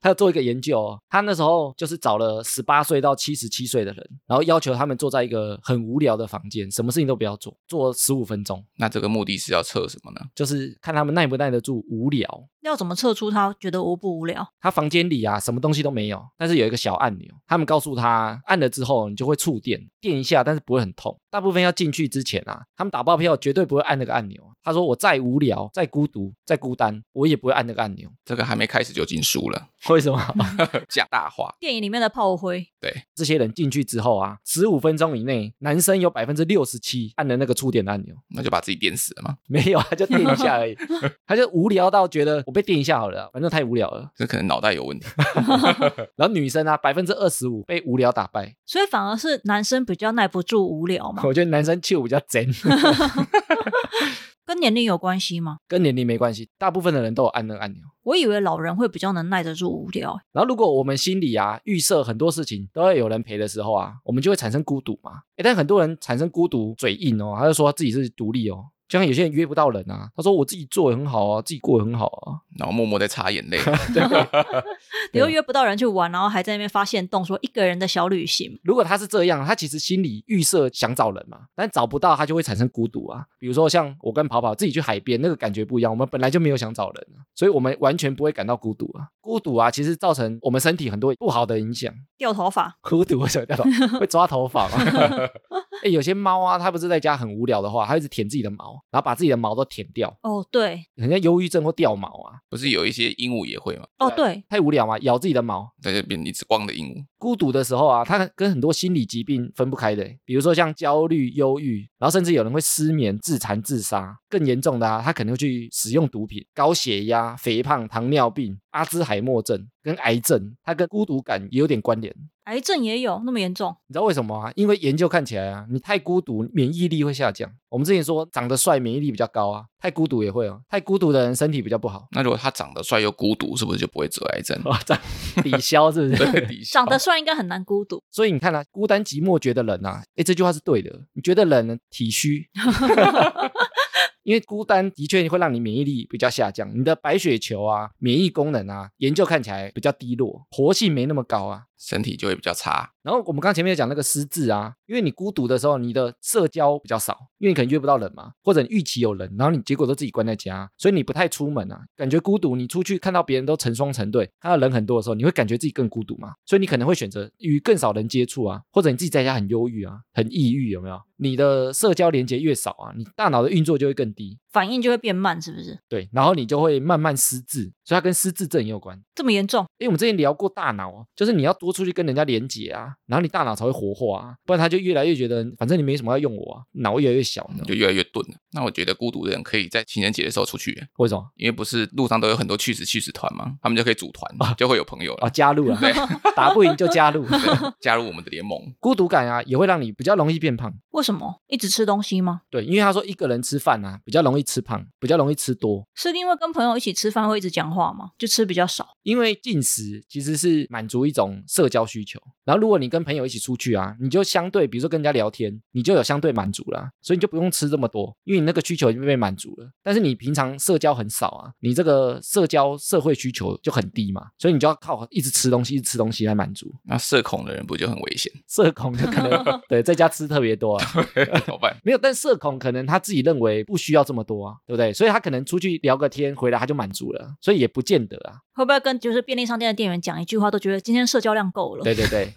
他有做一个研究、哦，他那时候就是找了十八岁到七十七岁的人，然后要求他们坐在一个很无聊的房间，什么事情都不要做，坐十五分钟，
<laughs> 那这个目的是要测什么呢？
就是看他们耐不耐得住无聊。
要怎么测出他觉得无不无聊？
他房间里啊，什么东西都没有，但是有一个小按钮，他们告诉他按了之后你就会触电，电一下，但是不会很痛。大部分要进去之前啊，他们打包票绝对不会按那个按钮。啊他说我再无聊、再孤独、再孤单，我也不会按那个按钮。
这个还没开始就进书了，
为什么？
讲大话。
电影里面的炮灰，
这些人进去之后啊，十五分钟以内，男生有百分之六十七按了那个触电的按钮，
那就把自己电死了嘛，
没有啊他就电一下而已，他就无聊到觉得我被电一下好了啊，反正太无聊了。
这可能脑袋有问题。
然后女生啊，百分之二十五被无聊打败，
所以反而是男生比较耐不住无聊嘛，
<laughs> 我觉得男生气比较真，
跟年龄有关系吗？
跟年龄没关系，大部分的人都有按那个按钮。
我以为老人会比较能耐得住无聊、欸
然后，如果我们心里啊预设很多事情都要有人陪的时候啊，我们就会产生孤独嘛。诶但很多人产生孤独，嘴硬哦，他就说自己是独立哦。就像有些人约不到人啊，他说我自己做也很好啊，自己过也很好啊。
然后默默在擦眼泪。
你又约不到人去玩，然后还在那边发现洞，说一个人的小旅行。
如果他是这样，他其实心里预设想找人嘛，但找不到，他就会产生孤独啊。比如说像我跟跑跑自己去海边，那个感觉不一样，我们本来就没有想找人啊，所以我们完全不会感到孤独啊。孤独啊，其实造成我们身体很多不好的影响。
掉头发，
孤独为什么叫做会抓头发吗？哎、有些猫啊，它不是在家很无聊的话，它一直舔自己的毛，然后把自己的毛都舔掉，
哦，对，
人家忧郁症或掉毛啊，
不是有一些鹦鹉也会吗？
哦，对，
太无聊嘛，咬自己的毛。
在这边一只光的鹦鹉，。
孤独的时候啊，它跟很多心理疾病分不开的，欸比如说像焦虑、忧郁，然后甚至有人会失眠、自残、自杀。更严重的啊，他可能会去使用毒品、高血压、肥胖、糖尿病、阿兹海默症跟癌症，它跟孤独感也有点关联。
癌症也有那么严重，
你知道为什么啊？因为研究看起来啊，你太孤独，免疫力会下降。我们之前说长得帅，免疫力比较高啊，太孤独也会啊。太孤独的人身体比较不好
那如果他长得帅又孤独，是不是就不会得癌 <laughs> 症？
哇，这样 <laughs> 抵消是不是？
对，抵消
长
哦
得帅应该很难孤独。
所以你看啊，孤单寂寞觉得冷啊，哎，这句话是对的。你觉得冷呢，体虚， <laughs> 因为孤单的确会让你免疫力比较下降，你的白血球啊、免疫功能啊，研究看起来比较低落，活性没那么高啊。
身体就会比较差。
然后我们刚前面有讲那个失智啊，因为你孤独的时候，你的社交比较少，因为你可能约不到人嘛，或者你预期有人，然后你结果都自己关在家，所以你不太出门啊，感觉孤独。你出去看到别人都成双成对，看到人很多的时候，你会感觉自己更孤独嘛，所以你可能会选择与更少人接触啊，或者你自己在家很忧郁啊，很抑郁，有没有？你的社交连接越少啊，你大脑的运作就会更低，
反应就会变慢，是不是？
对，然后你就会慢慢失智，所以它跟失智症也有关。
这么严重？
因为我们之前聊过大脑啊，就是你要多出去跟人家连接啊，然后你大脑才会活化啊，不然他就越来越觉得反正你没什么要用我啊，脑越来越小，你知道吗
就越来越钝了。那我觉得孤独的人可以在情人节的时候出去，
为什么
因为不是路上都有很多去死去死团嘛，他们就可以组团，就会有朋友
啊？
了，
加入啊， <laughs> 打不赢就加入。
对加入我们的联盟。
孤独感啊，也会让你比较容易变胖。
为什么一直吃东西吗？
对，因为他说一个人吃饭啊，比较容易吃胖，比较容易吃多。
是因为跟朋友一起吃饭会一直讲话吗？就吃比较少，
因为进食其实是满足一种社交需求，然后如果你跟朋友一起出去啊，你就相对，比如说跟人家聊天，你就有相对满足了啊、所以你就不用吃这么多，因为你那个需求已经被满足了。但是你平常社交很少啊，你这个社交社会需求就很低嘛，所以你就要靠一直吃东西，一直吃东西来满足。
那社恐的人不就很危险？
<laughs> 社恐就可能对在家吃特别多啊。
怎么办？
没有，但社恐可能他自己认为不需要这么多啊，对不对？所以他可能出去聊个天，回来他就满足了，所以也不见得啊。
会不会跟就是便利商店的店员讲一句话都觉得今天社交量够了？
对对对，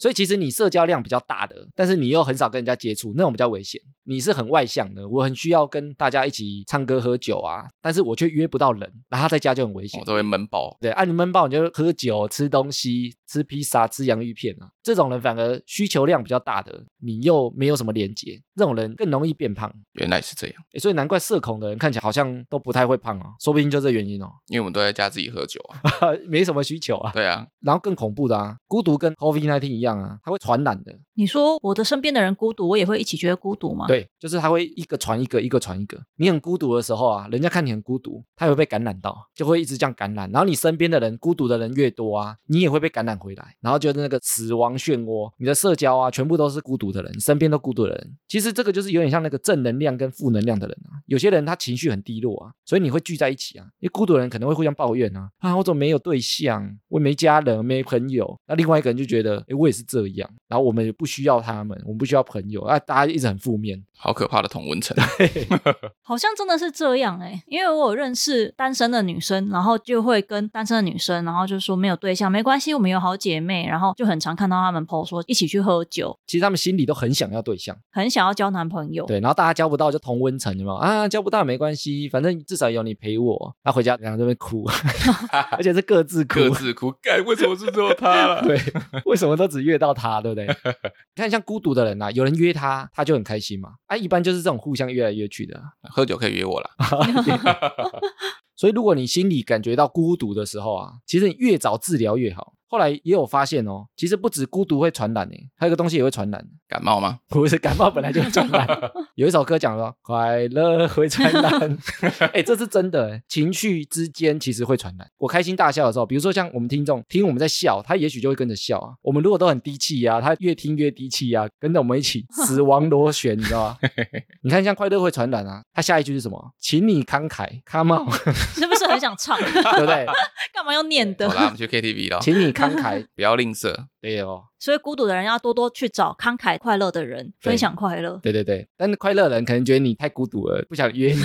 所以其实你社交量比较大的，但是你又很少跟人家接触，那种比较危险。你是很外向的，我很需要跟大家一起唱歌喝酒啊，但是
哦
我却约不到人，然后他在家就很危险
我。都会闷爆。
对，啊，你闷爆你就喝酒吃东西，吃披萨、吃洋芋片啊，这种人反而需求量比较大的，你又没有什么连接，这种人更容易变胖。
原来是这样，
诶所以难怪社恐的人看起来好像都不太会胖哦，说不定就这原因哦， <laughs>
因为我们都在家自己喝酒啊。
没什么需求啊。
对啊，
然后更恐怖的啊，孤独跟 COVID-19 一样啊，它会传染的。
你说我的身边的人孤独，我也会一起觉得孤独吗？，
对，就是它会一个传一个，一个传一个。你很孤独的时候啊，人家看你很孤独，他也会被感染到，就会一直这样感染。然后你身边的人孤独的人越多啊，你也会被感染回来，然后就是那个死亡漩涡。你的社交啊，全部都是孤独的人，你身边都孤独的人。其实这个就是有点像那个正能量跟负能量的人啊。有些人他情绪很低落啊，所以你会聚在一起啊。因为孤独的人可能会互相抱怨啊，啊，我怎么没有对象，我没家人，没朋友。那另外一个人就觉得，诶，我也是这样，然后我们也不需要他们，我们不需要朋友啊，大家一直很负面。
好可怕的同温
<laughs>
层。
好像真的是这样哎、因为我有认识单身的女生，然后就会跟单身的女生，然后就说没有对象没关系，我们有好姐妹，然后就很常看到她们 PO 说一起去喝酒，
<laughs> 其实他们心里都很想要对象，
很想要交男朋友。
对，然后大家交不到就同温层，有没有啊？交不到没关系，反正至少有你陪我。那、回家然后这边哭， <laughs> 而且是各自哭，
各自哭，干为什么是只有他啊了？
<laughs> 对，为什么都只约到他，对不对？你看像孤独的人呐、啊，有人约他，他就很开心嘛。啊，一般就是这种互相约来约去的啊。
喝酒可以约我啦。
所以如果你心里感觉到孤独的时候啊，其实你越早治疗越好。后来也有发现哦，其实不止孤独会传染诶，还有一个东西也会传染，
感冒吗？
不是感冒本来就会传染。有一首歌讲说快乐会传染，哎、这是真的欸，情绪之间其实会传染。我开心大笑的时候，比如说像我们听众听我们在笑，他也许就会跟着笑啊。我们如果都很低气压、他越听越低气压、跟着我们一起死亡螺旋，你知道吗？你看像快乐会传染啊，他下一句是什么？请你慷慨，come on，
是不是很
<laughs>
想唱？
对不对？
干嘛要念
好啦，我
的？
们去
<laughs>
KTV 了，
请你慷慨，
不要吝啬。
对哦。
<laughs> 所以孤独的人要多多去找慷慨快乐的人，
对
分享快乐。
对对对，但是快乐人可能觉得你太孤独了，不想约你，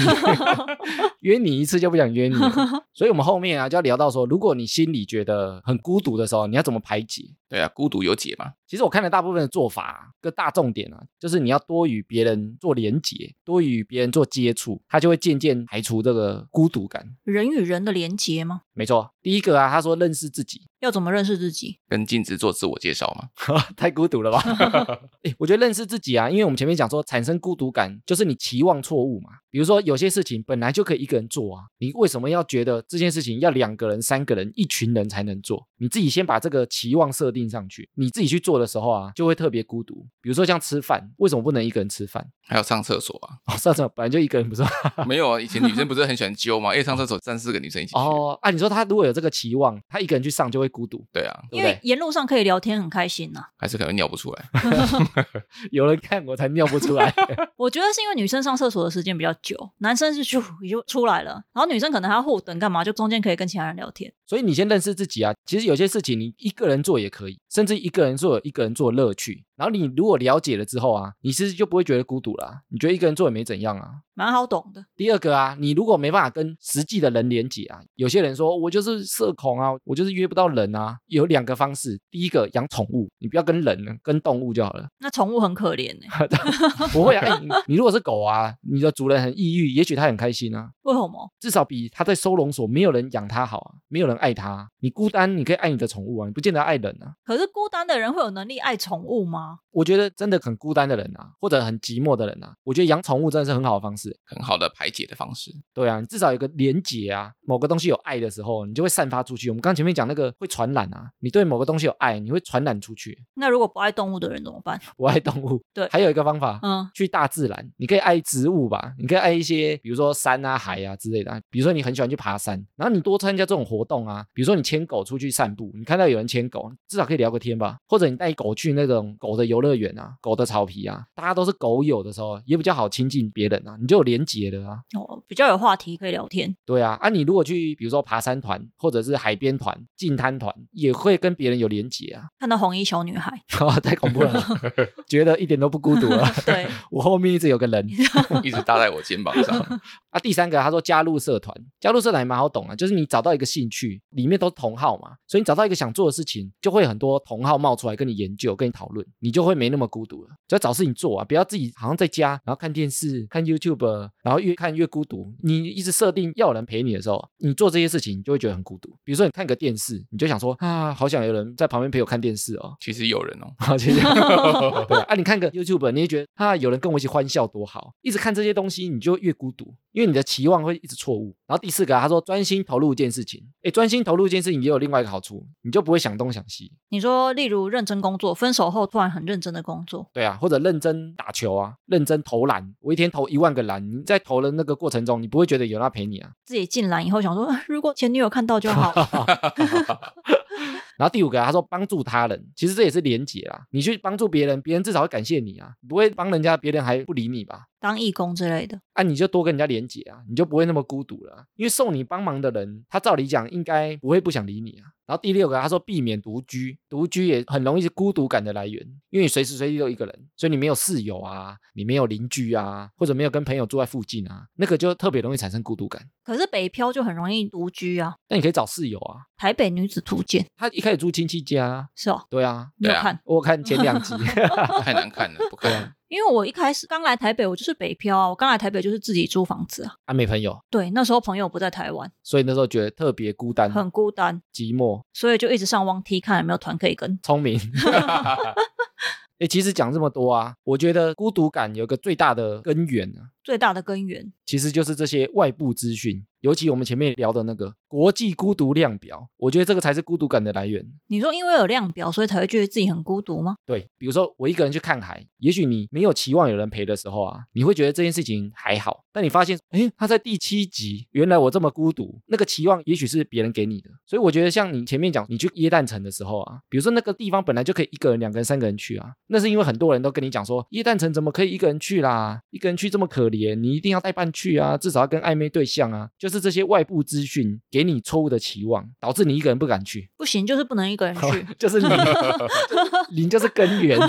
约你一次就不想约你了。所以我们后面啊就要聊到说，如果你心里觉得很孤独的时候，你要怎么排解？
对啊，孤独有解嘛。
其实我看了大部分的做法、啊，个大重点啊，就是你要多与别人做连结，多与别人做接触，他就会渐渐排除这个孤独感。
人与人的连结吗？
没错，第一个啊，他说认识自己，
要怎么认识自己？
跟镜子做自我介绍嘛。
太孤独了吧？ <laughs> 欸我觉得认识自己啊，因为我们前面讲说，产生孤独感就是你期望错误嘛。比如说有些事情本来就可以一个人做啊，你为什么要觉得这件事情要两个人、三个人、一群人才能做？你自己先把这个期望设定上去，你自己去做的时候啊，就会特别孤独。比如说像吃饭，为什么不能一个人吃饭？ <laughs>
还有上厕所啊？
哦，上次本来就一个人不是吗？
没有啊，以前女生不是很喜欢揪吗？因为上厕所三四个女生一起去。
<laughs> 哦 <laughs> 啊，你说他如果有这个期望，他一个人去上就会孤独，
对啊，
对
因
不
为
对？
沿路上可以聊天，很开心呐、
还是可能尿不出来。
有人看我才尿不出来。
我觉得是因为女生上厕所的时间比较久，男生是咻也就出来了，然后女生可能还要互等干嘛，就中间可以跟其他人聊天。
所以你先认识自己啊。其实有些事情你一个人做也可以，甚至一个人做有一个人做的乐趣。然后你如果了解了之后啊，你其实就不会觉得孤独啦、你觉得一个人做也没怎样啊。
蛮好懂的，
第二个啊，你如果没办法跟实际的人连接啊，有些人说我就是社恐啊，我就是约不到人啊。有两个方式，第一个养宠物，你不要跟人，跟动物就好了。 <laughs>
那宠物很可怜呢、
不会啊、哎你你如果是狗啊，你的主人很抑郁，也许他很开心啊。
为什么？
至少比他在收容所没有人养他好啊，没有人爱他啊。你孤单，你可以爱你的宠物啊，你不见得爱人啊。
可是孤单的人会有能力爱宠物吗？
我觉得真的很孤单的人啊，或者很寂寞的人啊，我觉得养宠物真的是很好的方式。
很好的排解的方式。
对啊，你至少有个连结啊，某个东西有爱的时候，你就会散发出去。我们刚前面讲那个会传染啊，你对某个东西有爱，你会传染出去。
那如果不爱动物的人怎么办？
我爱动物， <laughs>
对
还有一个方法。
嗯，
去大自然，你可以爱植物吧，你可以爱一些，比如说山啊、海啊之类的啊。比如说你很喜欢去爬山，然后你多参加这种活动啊，比如说你牵狗出去散步，你看到有人牵狗，至少可以聊个天吧。或者你带狗去那种狗的游乐园啊、狗的草皮啊，大家都是狗友的时候，也比较好亲近别人啊，你就有连结了啊。
哦，比较有话题可以聊天。
对啊，啊，你如果去比如说爬山团或者是海边团、近滩团，也会跟别人有连结啊。 <laughs>
看到红衣小女孩，
啊，太恐怖了，觉得一 <laughs> 点都不孤独了。啊
对，
我后面一直有个人。
<laughs> 一直搭在我肩膀上。
啊，第三个啊，他说加入社团，加入社团也蛮好懂啊，就是你找到一个兴趣，里面都是同好嘛，所以你找到一个想做的事情，就会很多同好冒出来跟你研究、跟你讨论，你就会没那么孤独了。就要找事情做啊，不要自己好像在家，然后看电视、看 YouTube，然后越看越孤独。你一直设定要有人陪你的时候，你做这些事情你就会觉得很孤独。比如说你看个电视，你就想说啊，好想有人在旁边陪我看电视哦。
其实有人哦，
好，谢谢。对啊，你看个 YouTube，你也觉得啊，有人跟我一起欢笑多好。一直看这些东西，你就越孤独，因为你的期望会一直错误。然后第四个啊、他说专心投入一件事情。诶，专心投入一件事情也有另外一个好处，你就不会想东想西。
你说，例如认真工作，分手后突然很认真的工作，
对啊，或者认真打球啊，认真投篮。我一天投一万个篮，你在投的那个过程中，你不会觉得有人要陪你啊。
自己进来以后想说， <laughs> 啊如果前女友看到就好。
然后第五个啊、他说帮助他人，其实这也是连结啦。你去帮助别人，别人至少会感谢你啊，你不会帮人家，别人还不理你吧？
当义工之类的，
啊，你就多跟人家连接啊，你就不会那么孤独了啊、因为受你帮忙的人，他照理讲应该不会不想理你啊。然后第六个，他说避免独居，独居也很容易是孤独感的来源，因为你随时随地都一个人，所以你没有室友啊，你没有邻居啊，或者没有跟朋友住在附近啊，那个就特别容易产生孤独感。
可是北漂就很容易独居啊。
那你可以找室友啊，
台北女子图鉴
他一开始住亲戚家啊，
是哦，
对啊，
你有
对啊
看？
我有看前两集， <laughs>
太难看了，不看。
因为我一开始刚来台北，我就是北漂啊，我刚来台北就是自己租房子啊。
啊没朋友，
对，那时候朋友不在台湾，
所以那时候觉得特别孤单、
很孤单，
寂寞、
所以就一直上网 T 看有没有团可以跟。
聪 <laughs> 明。哎、其实讲这么多啊，我觉得孤独感有一个最大的根源啊，
最大的根源
其实就是这些外部资讯，尤其我们前面聊的那个国际孤独量表，我觉得这个才是孤独感的来源。
你说因为有量表，所以才会觉得自己很孤独吗？
对，比如说我一个人去看海，也许你没有期望有人陪的时候啊，你会觉得这件事情还好，但你发现，诶，他在第七集，原来我这么孤独，那个期望也许是别人给你的。所以我觉得，像你前面讲，你去椰蛋城的时候啊，比如说那个地方本来就可以一个人、两个人、三个人去啊，那是因为很多人都跟你讲说，椰蛋城怎么可以一个人去啦？一个人去这么可怜，你一定要带伴去啊，至少要跟暧昧对象啊，就是这些外部资讯给你错误的期望，导致你一个人不敢去。
不行，就是不能一个人去。
<laughs> 就是你，零就是根源。 <laughs>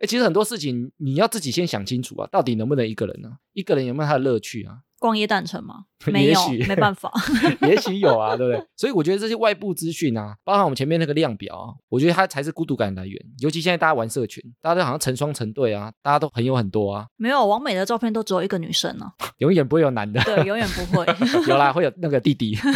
欸、其实很多事情你要自己先想清楚啊，到底能不能一个人呢、一个人有没有他的乐趣啊？ <laughs>
逛夜诞城吗？
也
没有
许，
没办法。
也许有啊，对不对？所以我觉得这些外部资讯啊，包含我们前面那个量表啊，我觉得它才是孤独感的来源。尤其现在大家玩社群，大家都好像成双成对啊，大家都很有很多啊，
没有，王美的照片都只有一个女生呢、
永远不会有男的。
<laughs> 对，永远不会。 <laughs>
有啦，会有那个弟弟。 <laughs>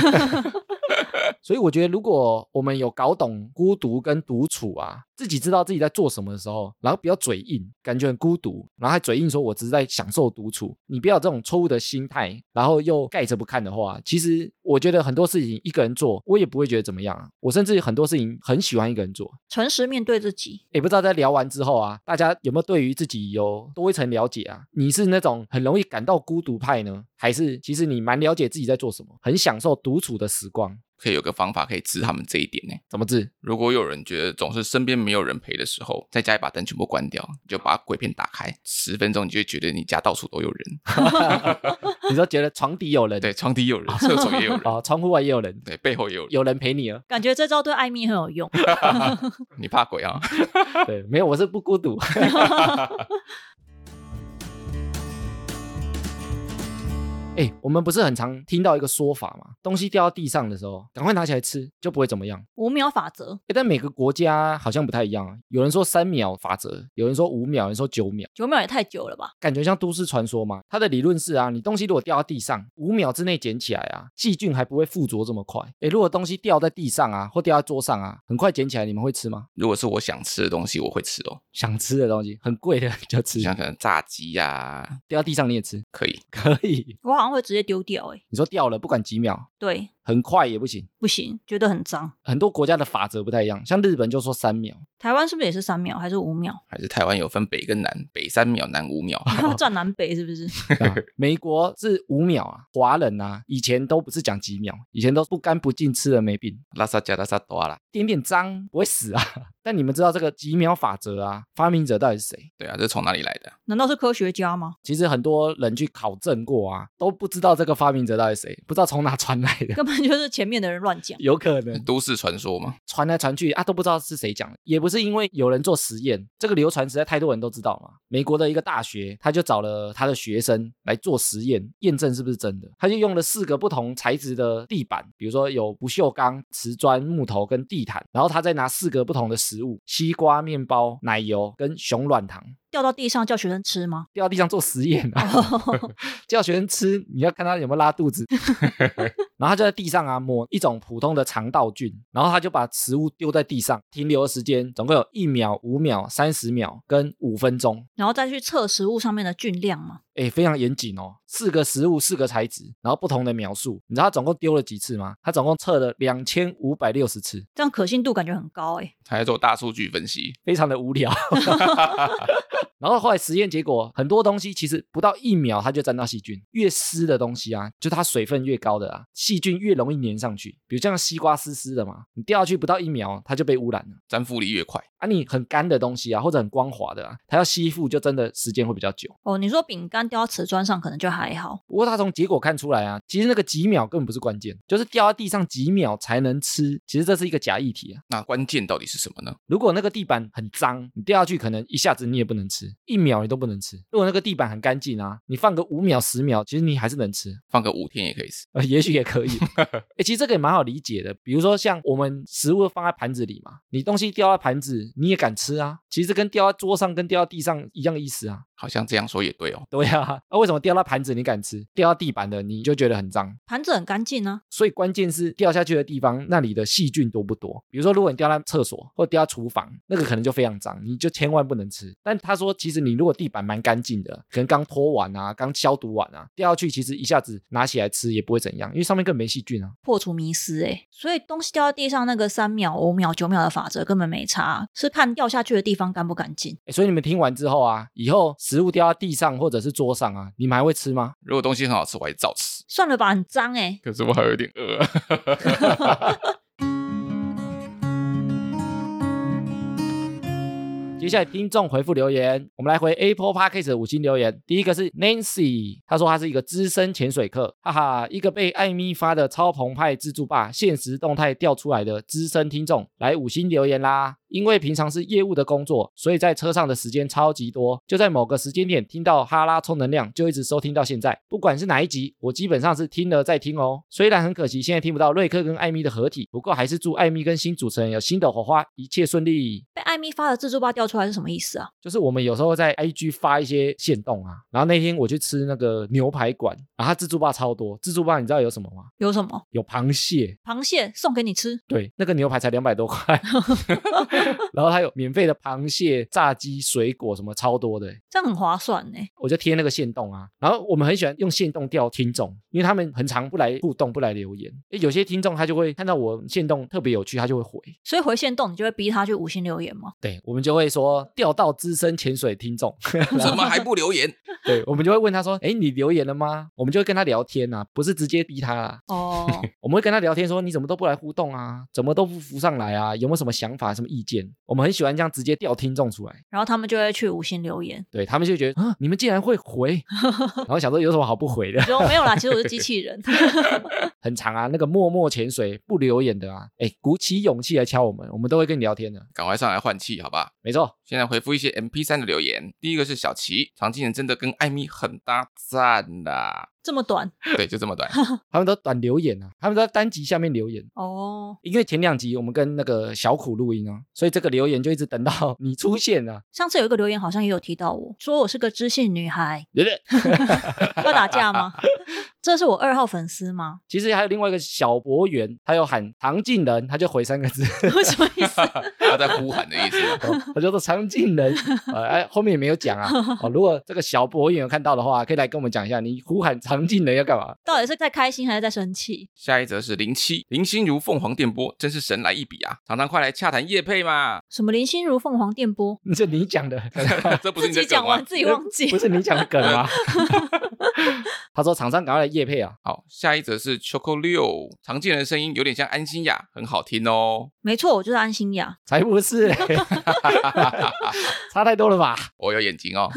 所以我觉得，如果我们有搞懂孤独跟独处啊，自己知道自己在做什么的时候，然后不要嘴硬，感觉很孤独，然后还嘴硬说我只是在享受独处，你不要有这种错误的心态，然后又盖着不看的话，其实我觉得很多事情一个人做，我也不会觉得怎么样啊。我甚至很多事情很喜欢一个人做，
诚实面对自己，
也不知道在聊完之后啊，大家有没有对于自己有多一层了解啊？你是那种很容易感到孤独派呢，还是其实你蛮了解自己在做什么，很享受独处的时光？
可以有个方法可以治他们这一点呢。
怎么治？
如果有人觉得总是身边没有人陪的时候，在家里把灯全部关掉，你就把鬼片打开，十分钟你就会觉得你家到处都有人，
你说觉得床底有人，
对，床底有人，厕所也有人，
哦，窗户外也有人，
对，背后也有人，
有人陪你了。
感觉这招对艾米很有 <laughs> 用。
你怕鬼啊？ <laughs>
对，没有，我是不孤独。 <laughs> 哎、我们不是很常听到一个说法嘛，东西掉到地上的时候，赶快拿起来吃，就不会怎么样。
五秒法则，
欸但每个国家好像不太一样啊。有人说三秒法则，有人说五秒，有人说九秒，
九秒也太久了吧？
感觉像都市传说嘛。它的理论是啊，你东西如果掉到地上，五秒之内捡起来啊，细菌还不会附着这么快。诶，如果东西掉在地上啊，或掉在桌上啊，很快捡起来，你们会吃吗？
如果是我想吃的东西，我会吃哦，
想吃的东西，很贵的就吃
就，像可能炸鸡呀、啊，
掉到地上你也吃， <laughs>
可以，
可以。
我好像会直接丢掉、欸，哎，
你说掉了，不管几秒，
对，
很快也不行。
不行，觉得很脏。
很多国家的法则不太一样，像日本就说三秒，
台湾是不是也是三秒还是五秒？。
还是台湾有分北跟南，北三秒，南五秒
站南北是不是？
对啊 <laughs> 美国是五秒啊，华人啊以前都不是讲几秒，以前都不干不净吃了没病，
拉萨加拉萨多啦，
点点脏不会死啊，但 <laughs> 但你们知道这个几秒法则啊，发明者到底是谁？
对啊，这是从哪里来的？
难道是科学家吗？ <laughs>
其实很多人去考证过啊，都不知道这个发明者到底是谁，不知道从哪传来的，
根本就是前面的人乱讲。
有可能
都市传说吗？
传来传去啊，都不知道是谁讲的，也不是因为有人做实验，这个流传实在太多人都知道嘛。美国的一个大学，他就找了他的学生来做实验，验证是不是真的。他就用了四个不同材质的地板，比如说有不锈钢、瓷砖、木头跟地毯，然后他再拿四个不同的食物：西瓜、面包、奶油跟熊软糖。
掉到地上叫学生吃吗？
掉到地上做实验啊， <laughs> 叫学生吃，你要看他有没有拉肚子。 <laughs> 然后他就在地上啊抹一种普通的肠道菌，然后他就把食物丢在地上，停留的时间总共有一秒、五秒、三十秒跟五分钟，
然后再去测食物上面的菌量吗？
哎，非常严谨哦，四个食物，四个材质，然后不同的描述。你知道他总共丢了几次吗？他总共测了两千五百六十次，
这样可信度感觉很高哎、
他在做大数据分析，
非常的无聊。 <laughs> 然后后来实验结果，很多东西其实不到一秒它就沾到细菌，越湿的东西啊，就它水分越高的啊，细菌越容易粘上去。比如像西瓜湿湿的嘛，你掉下去不到一秒，它就被污染了。
粘附力越快，
啊，你很干的东西啊，或者很光滑的啊，它要吸附就真的时间会比较久。
哦，你说饼干掉到瓷砖上可能就还好，
不过它从结果看出来啊，其实那个几秒根本不是关键，就是掉在地上几秒才能吃，其实这是一个假议题啊。
那关键到底是什么呢？
如果那个地板很脏，你掉下去可能一下子你也不能吃，一秒你都不能吃。如果那个地板很干净啊，你放个五秒、十秒，其实你还是能吃，
放个五天也可以死。
呃，也许也可以。欸，其实这个也蛮好理解的。比如说像我们食物放在盘子里嘛，你东西掉在盘子，你也敢吃啊？其实这跟掉在桌上、跟掉在地上一样意思啊。
好像这样说也对哦。
对啊， <laughs> 那、为什么掉到盘子你敢吃，掉到地板的你就觉得很脏？
盘子很干净啊。
所以关键是掉下去的地方那里的细菌多不多。比如说，如果你掉在厕所或掉在厨房，那个可能就非常脏，你就千万不能吃。但他说，其实你如果地板蛮干净的，可能刚拖完啊，刚消毒完啊，掉下去其实一下子拿起来吃也不会怎样，因为上面根本没细菌啊。
破除迷思哎、所以东西掉到地上那个三秒、五秒、九秒的法则根本没差，是看掉下去的地方干不干净。
诶所以你们听完之后啊，以后食物掉到地上或者是桌上啊，你们还会吃吗？
如果东西很好吃，我还是照吃。
算了吧，很脏哎、
可是我还有点饿、
啊
啊
接下来听众回复留言，我们来回 Apple Podcast 的五星留言。第一个是 Nancy，她说她是一个资深潜水客，哈哈，一个被艾米发的超澎湃自助吧现实动态调出来的资深听众，来五星留言啦。因为平常是业务的工作，所以在车上的时间超级多，就在某个时间点听到哈拉充能量，就一直收听到现在。不管是哪一集，我基本上是听了再听哦。虽然很可惜现在听不到瑞克跟艾米的合体，不过还是祝艾米跟新主持人有新的火花，一切顺利。
被艾米发的自助吧掉出来是什么意思啊？
就是我们有时候在 IG 发一些限动啊，然后那天我去吃那个牛排馆，然后它自助吧超多，自助吧你知道有什么吗？
有什么？
有螃蟹，
螃蟹送给你吃，
对，那个牛排才两百多块，然后还有免费的螃蟹、炸鸡、水果什么超多的欸、
这样很划算呢、欸
我就贴那个线动啊，然后我们很喜欢用线动钓听众，因为他们很常不来互动、不来留言。诶有些听众他就会看到我线动特别有趣，他就会回，
所以回线动你就会逼他去五星留言吗？
对我们就会说钓到资深潜水听众，
<laughs>
<laughs>
怎么还不留言？
对我们就会问他说：“哎，你留言了吗？”我们就会跟他聊天啊，不是直接逼他啊，
哦，
我们会跟他聊天说：“你怎么都不来互动啊？怎么都不浮上来啊？有没有什么想法、什么意见？”我们很喜欢这样直接调听众出来，
<laughs> 然后他们就会去五星留言。
对他们就觉得啊，你们竟然会回，然后想说有什么好不回的
你，说没有啦，其实我是机器人。 <laughs>
很长啊，那个默默潜水不留言的啊，哎，鼓起勇气来敲我们，我们都会跟你聊天的，
赶快上来换气，好吧？
没错。
现在回复一些 MP 3的留言。第一个是小琪，常青人真的跟艾米很搭，赞啦！
这么短
对，就这么短。
<laughs>
他们都短留言啊，他们都在单集下面留言。
哦，
因为前两集我们跟那个小苦录音啊，所以这个留言就一直等到 <laughs> 你出现啊，
上次有一个留言好像也有提到我，说我是个知性女孩， <laughs>
对不对？
要 <laughs> 打架吗？这是我二号粉丝吗？
<laughs>
<laughs>
其实还有另外一个小博员，他有喊常进人，他就回三个字，哦
什么意思？
他在呼喊的意思。
他就说常进人，呃，哎，后面也没有讲啊。哦，如果这个小博员有看到的话，可以来跟我们讲一下，你呼喊常进人要干嘛？ <laughs>
到底是在开心还是在生气？
下一则是零七，林心如凤凰电波，真是神来一笔啊！常常快来洽谈叶配嘛， <laughs>
什么林心如凤凰电波，
这你讲的，
这不
自
是你
己
的
讲
梗
<laughs>
完
吗？
自己忘记
不。是你讲的梗吗？啊他说厂商赶快来夜配啊，
好，下一则是 Choco 六，常见人的声音有点像安心雅，很好听哦。
没错，我就是安心呀。
才不是嘞，差太多了吧？
我有眼睛哦，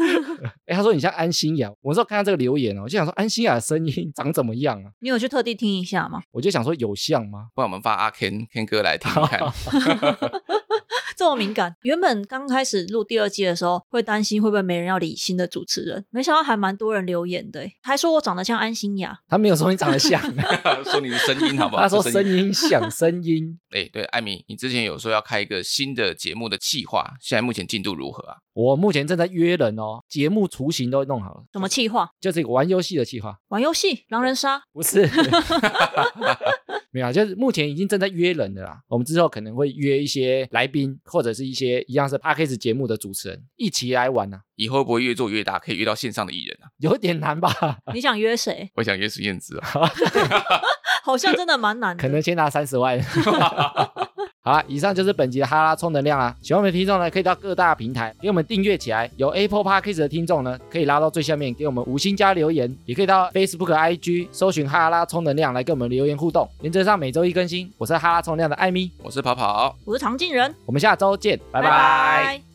哎，他说你像安心雅，我那时候看到这个留言哦，我就想说安心雅的声音长怎么样啊？
你有去特地听一下吗？
我就想说有像吗？
不然我们发阿 Ken Ken 哥来听听看。
<laughs>
这么敏感，原本刚开始录第二季的时候，会担心会不会没人要理新的主持人，没想到还蛮多人留言的欸，还说我长得像安心雅。
他没有说你长得像，
说你的声音好不好？
他说
是
声音 <laughs> 像声音，
哎、对，艾米，你之前有说要开一个新的节目的企划，现在目前进度如何啊？
我目前正在约人哦，节目雏形都弄好了，
什么气话？
就是一个玩游戏的计划，
玩游戏、狼
<laughs>
人杀，
不是，没有啊，就是目前已经正在约人的啦。我们之后可能会约一些来宾，或者是一些一样是 p a c k a g e 节目的主持人一起来玩呐、啊，
以后会不会越做越大，可以约到线上的艺人啊？
有点难吧？
你想约谁？ <laughs>
我想约孙燕姿啊。
好像真的蛮难的。
可能先拿三十万。 <laughs> 好啦，以上就是本集的哈拉充能量啦。喜欢我们的听众呢，可以到各大平台给我们订阅起来。有 Apple Podcast 的听众呢，可以拉到最下面给我们五星加留言，也可以到 Facebook、IG 搜寻哈拉充能量来跟我们留言互动。原则上每周一更新，我是哈拉充能量的艾米，
我是跑跑，
我是常进人，
我们下周见，拜拜。
拜